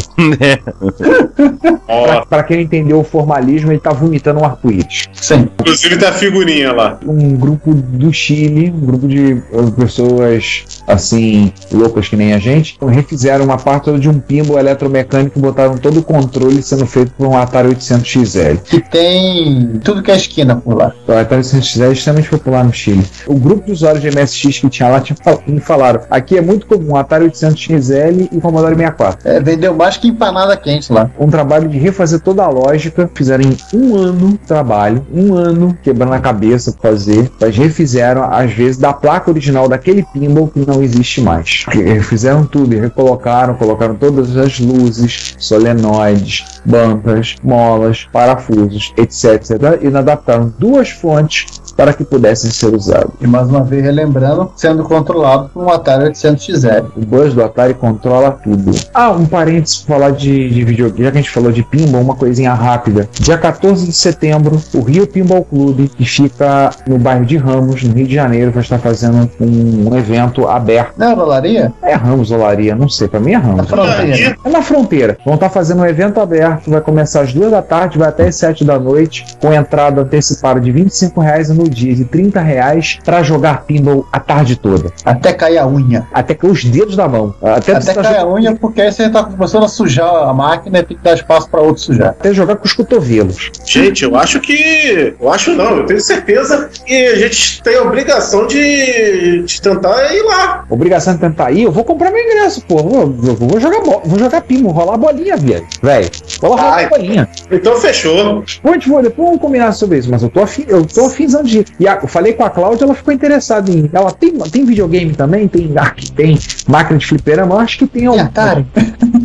Speaker 12: pra, pra quem não entendeu o formalismo, ele tá vomitando um arco-íris.
Speaker 2: Sim.
Speaker 5: Inclusive tá a figurinha lá.
Speaker 12: Um grupo do Chile, um grupo de eh, pessoas assim, loucas que nem a gente, então refizeram uma parte toda de um pinball eletromecânico e botaram todo o controle sendo feito por um Atari 800XL.
Speaker 2: Que tem tudo que é esquina por lá.
Speaker 12: O Atari 800XL é extremamente popular no Chile. O grupo de usuários de MSX que tinha lá tinha, fal- me falaram, aqui é muito comum Atari 800XL e Commodore 64.
Speaker 2: É, vendeu mais que empanada quente lá.
Speaker 12: Um trabalho de refazer toda a lógica, fizeram em um ano de trabalho, um ano quebrando a cabeça pra fazer, mas refizeram às vezes da placa original daquele pinball que não existe mais. Porque Refizeram tudo e recolocaram, colocaram todas as luzes, solenoides, bancas, molas, parafusos, etc, etc e adaptaram duas fontes para que pudessem ser usadas.
Speaker 2: E mais uma vez, relembrando, sendo controlado por um Atari 800XL.
Speaker 12: É, O bus do Atari controla tudo. Ah, um parênteses pra falar de, de videogame, já que a gente falou de pinball, uma coisinha rápida. Dia 14 de setembro, o Rio Pinball Clube, que fica no bairro de Ramos, no Rio de Janeiro, vai estar fazendo um, um evento aberto.
Speaker 2: Não é Olaria?
Speaker 12: É Ramos, Olaria, não sei, pra mim é Ramos. Na
Speaker 5: Tá
Speaker 2: fronteira.
Speaker 12: É na fronteira. Vão estar fazendo um evento aberto, vai começar às 2 da tarde, vai até às 7 da noite, com entrada antecipada de 25 reais no dia de 30 reais pra jogar pinball a tarde toda.
Speaker 2: Até cair a unha.
Speaker 12: Até cair os dedos da mão.
Speaker 2: Até
Speaker 12: Até, precisar
Speaker 2: cai a
Speaker 12: jogar-
Speaker 2: unha, porque aí você tá começando a sujar a máquina e tem que dar espaço pra outro sujar.
Speaker 12: Até jogar com os cotovelos.
Speaker 10: Gente, eu acho que. Eu acho não, eu tenho certeza que a gente tem a obrigação de, de tentar ir lá.
Speaker 12: Obrigação de tentar ir, eu vou comprar meu ingresso, pô. Eu Vou, eu vou jogar bo- vou jogar pinball, rolar bolinha, velho. Velho, vou lá rolar
Speaker 10: Ai,
Speaker 12: bolinha.
Speaker 10: Então fechou.
Speaker 12: Pô, tipo, depois vamos combinar sobre isso, mas eu tô afim, eu tô afinzando de ir. E a- eu falei com a Cláudia, ela ficou interessada em. Ela tem, tem videogame também? Tem, ah, que tem máquina de fliperama? Eu acho que tem algum.
Speaker 10: E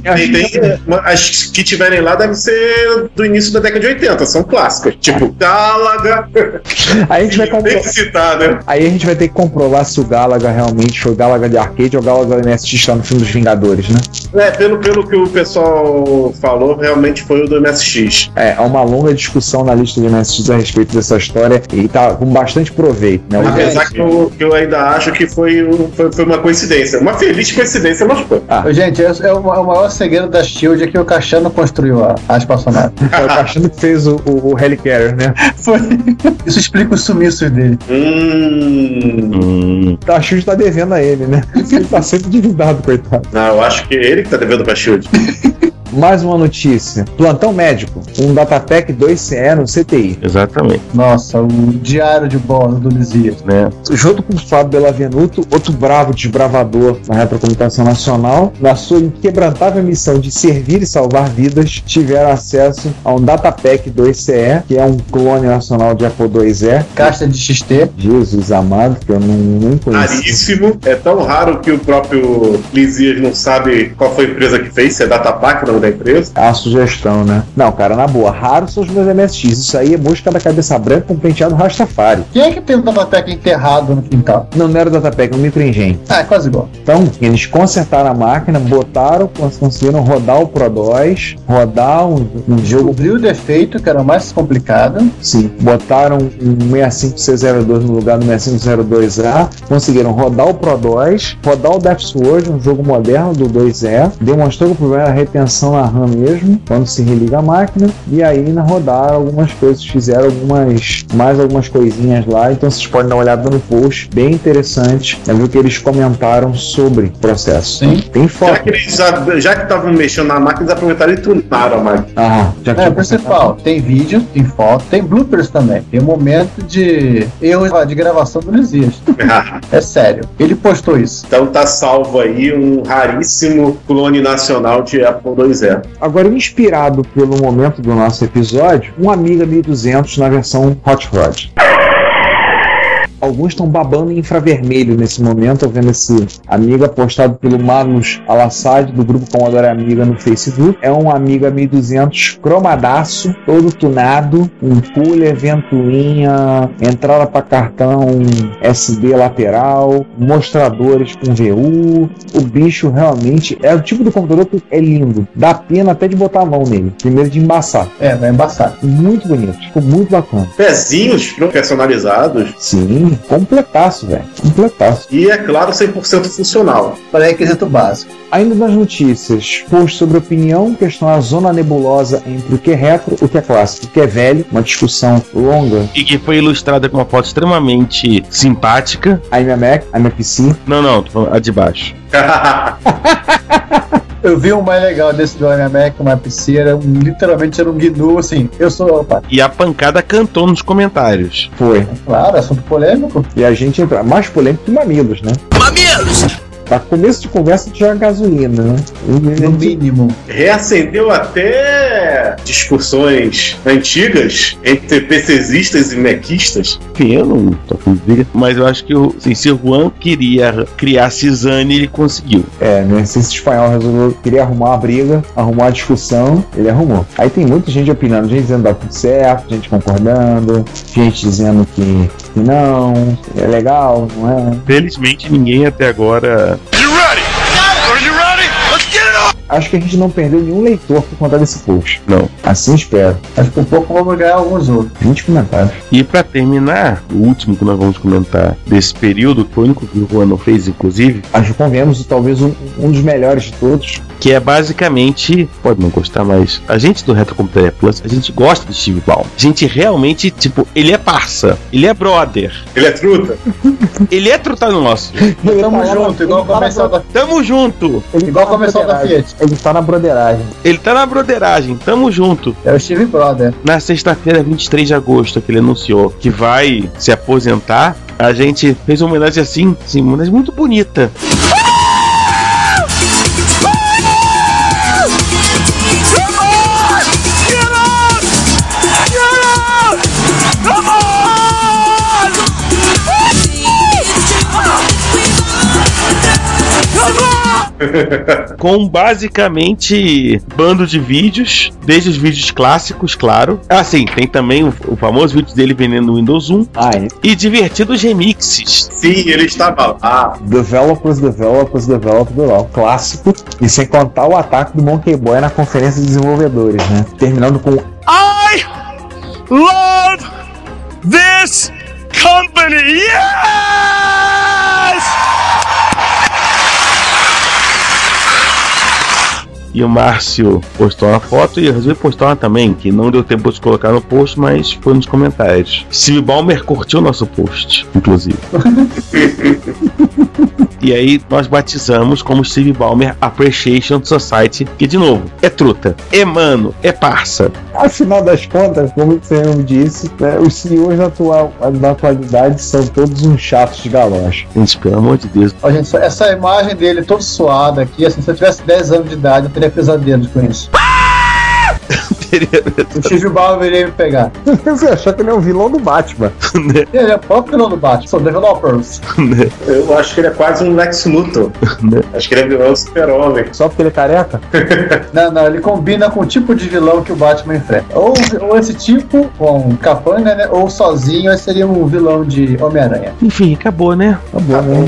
Speaker 12: é.
Speaker 10: tem- as que tiverem lá devem ser do início da década de 80, são clássicas. Tipo, Gálaga.
Speaker 12: Aí a gente vai
Speaker 10: Tem que citar, né?
Speaker 12: Aí a gente vai ter que comprovar se o Galaga realmente foi o Galaga de arcade ou o Galaga do MSX lá no filme dos Vingadores, né?
Speaker 10: É, pelo, pelo que o pessoal falou, realmente foi o do MSX.
Speaker 12: É, há uma longa discussão na lista do MSX a respeito dessa história e tá com bastante proveito, né? O
Speaker 10: Apesar que eu, que eu ainda acho que foi, um- foi, foi uma coincidência. Uma feliz coincidência, mas foi.
Speaker 2: Ô, Gente, esse é o, é o maior segredo da Shield é que o Caixano construiu a, a espaçonave.
Speaker 12: Foi o Caixano tá que fez o, o, o Helicarrier, né?
Speaker 2: Foi. Isso explica os sumiços dele.
Speaker 10: Hum.
Speaker 12: A Shield tá devendo a ele, né? Ele tá sempre endividado, coitado.
Speaker 10: Não, eu acho que ele que tá devendo pra Shield.
Speaker 12: Mais uma notícia. Plantão médico. Um Datapec 2CE no CTI.
Speaker 13: Exatamente.
Speaker 2: Nossa, o diário de bordo do Lisias.
Speaker 13: Né?
Speaker 12: Junto com o Fábio Belavenuto, outro bravo desbravador na retrocomputação nacional, na sua inquebrantável missão de servir e salvar vidas, tiveram acesso a um Datapec 2CE, que é um clone nacional de Apple IIe.
Speaker 2: Caixa de XT.
Speaker 12: Jesus amado, que eu não, não conheço.
Speaker 10: Raríssimo. É tão raro que o próprio Lisias não sabe qual foi a empresa que fez, se é Datapack o nome da empresa.
Speaker 12: A É sugestão, né? Não, cara, na boa, raros são os meus MSX. Isso aí é mosca da cabeça branca com penteado Rastafari.
Speaker 2: Quem é que tem o Datapec enterrado no quintal?
Speaker 12: Não, não era o Datapec, é um microengenho.
Speaker 2: Ah, é quase igual.
Speaker 12: Então, eles consertaram a máquina, botaram, cons- conseguiram rodar o Pro 2, rodar um, um jogo.
Speaker 2: Cobriu o defeito, que era o mais complicado.
Speaker 12: Sim, botaram um 65602 no lugar do 6502A, conseguiram rodar o Pro 2, rodar o Death Sword, um jogo moderno do 2E, demonstrou que o problema era a retenção na RAM mesmo, quando se religa a máquina, e aí ainda rodaram algumas coisas, fizeram algumas mais algumas coisinhas lá, então vocês podem dar uma olhada no post, bem interessante, é ver o que eles comentaram sobre o processo. Sim. Tem
Speaker 10: Já
Speaker 12: foto.
Speaker 10: que eles já, já que estavam mexendo na máquina, eles aproveitaram e tunaram a máquina.
Speaker 12: Ah, já
Speaker 2: É, o principal, tem vídeo, tem foto, tem bloopers também. Tem um momento de erro de gravação do Lisias. é sério. Ele postou isso.
Speaker 10: Então tá salvo aí um raríssimo clone nacional de Apple IIe.
Speaker 12: Agora, inspirado pelo momento do nosso episódio, um Amiga 1200 na versão Hot Rod. Alguns estão babando em infravermelho nesse momento, eu vendo esse Amiga postado pelo Magnus Alassad, do grupo Commodore Amiga no Facebook. É um Amiga 1200 cromadaço, todo tunado, um cooler, ventoinha, entrada para cartão SD lateral, mostradores com VU. O bicho realmente é o tipo do computador que é lindo. Dá pena até de botar a mão nele. Primeiro de embaçar.
Speaker 2: É, vai embaçar.
Speaker 12: Muito bonito, ficou muito bacana.
Speaker 10: Pezinhos personalizados.
Speaker 12: Sim, tudo. Completaço, velho. Completaço.
Speaker 5: E é claro, 100% funcional.
Speaker 2: Pré-requisito básico.
Speaker 12: Ainda nas notícias, post sobre opinião, questão a zona nebulosa entre o que é retro, o que é clássico, o que é velho, uma discussão longa.
Speaker 8: E que foi ilustrada com uma foto extremamente simpática.
Speaker 12: A minha Mac, a minha PC.
Speaker 8: Não, não, tô falando a de baixo.
Speaker 2: Eu vi um mais legal desse do Mac, uma piscina, um- literalmente era um gnu, assim, eu sou, opa,
Speaker 8: E a pancada cantou nos comentários.
Speaker 12: Foi.
Speaker 2: claro, assunto polêmico.
Speaker 12: E a gente entra mais polêmico que mamilos, né?
Speaker 2: Mamilos!
Speaker 12: Pra começo de conversa, já gasolina, né? No
Speaker 2: mínimo.
Speaker 5: Reacendeu até discussões antigas entre PCzistas e mequistas.
Speaker 8: Enfim, eu não tô com briga, mas eu acho que o assim, se o Juan queria criar Cisane, ele conseguiu.
Speaker 12: É, né? Se esse espanhol resolveu, queria arrumar a briga, arrumar a discussão, ele arrumou. Aí tem muita gente opinando, gente dizendo que dá tudo certo, gente concordando, gente dizendo que, que não, é legal, não é.
Speaker 8: Felizmente ninguém até agora.
Speaker 12: Acho que a gente não perdeu nenhum leitor por conta desse post.
Speaker 8: Não.
Speaker 12: Assim espero.
Speaker 2: Acho que um pouco vamos ganhar alguns outros.
Speaker 12: 20 comentários.
Speaker 8: E pra terminar, o último que nós vamos comentar desse período, que foi o único que o Juan não fez, inclusive,
Speaker 12: Acho que convenhamos talvez um, um dos melhores de todos.
Speaker 8: que é basicamente, pode não gostar, mas a gente do Retrocomputaria Plus, a gente gosta do Steve Ball. A gente realmente, tipo, ele é parça, ele é brother.
Speaker 5: Ele é truta.
Speaker 8: ele é truta nosso.
Speaker 2: Tamo junto, igual o comercial da
Speaker 8: Tamo junto!
Speaker 2: Igual o comercial da Fiat.
Speaker 12: Ele tá na broderagem.
Speaker 8: Ele tá na broderagem, tamo junto.
Speaker 2: É o Steve Brother.
Speaker 8: Na sexta-feira, 23 de agosto, que ele anunciou que vai se aposentar, a gente fez uma homenagem assim, assim, uma homenagem muito bonita. com basicamente bando de vídeos, desde os vídeos clássicos, claro. Ah, sim, tem também o, o famoso vídeo dele vendendo o Windows 1 e divertidos remixes.
Speaker 5: Sim, ele estava lá.
Speaker 12: Developers, developers, developers, developers. Clássico. E sem contar o ataque do Monkey Boy na conferência de desenvolvedores, né? Terminando com
Speaker 13: I love this company. Yes!
Speaker 8: E o Márcio postou uma foto e eu resolvi postar uma também, que não deu tempo de colocar no post, mas foi nos comentários. Steve Ballmer curtiu nosso post, inclusive. E aí nós batizamos como Steve Ballmer Appreciation Society, que de novo, é truta, é mano, é parça.
Speaker 12: Afinal das contas, como você mesmo disse, né, os senhores da, atual, da atualidade são todos uns chatos de galocha.
Speaker 8: Gente, pelo amor de Deus.
Speaker 2: Ó, gente, essa imagem dele todo suado aqui, assim, se eu tivesse 10 anos de idade, eu teria pesadelos com isso. o Steve Ballmer iria me pegar.
Speaker 12: Você achou que ele é o vilão do Batman?
Speaker 2: ele é o próprio vilão do Batman, são developers.
Speaker 5: Eu acho que ele é quase um Lex Luthor. acho que ele é vilão super-homem.
Speaker 12: Né? Só porque ele é careca?
Speaker 2: Não, não, Né, ele combina com o tipo de vilão que o Batman enfrenta. Ou, ou esse tipo, com capanga, né? Ou sozinho, aí seria um vilão de Homem-Aranha.
Speaker 8: Enfim, acabou, né?
Speaker 12: Acabou, né?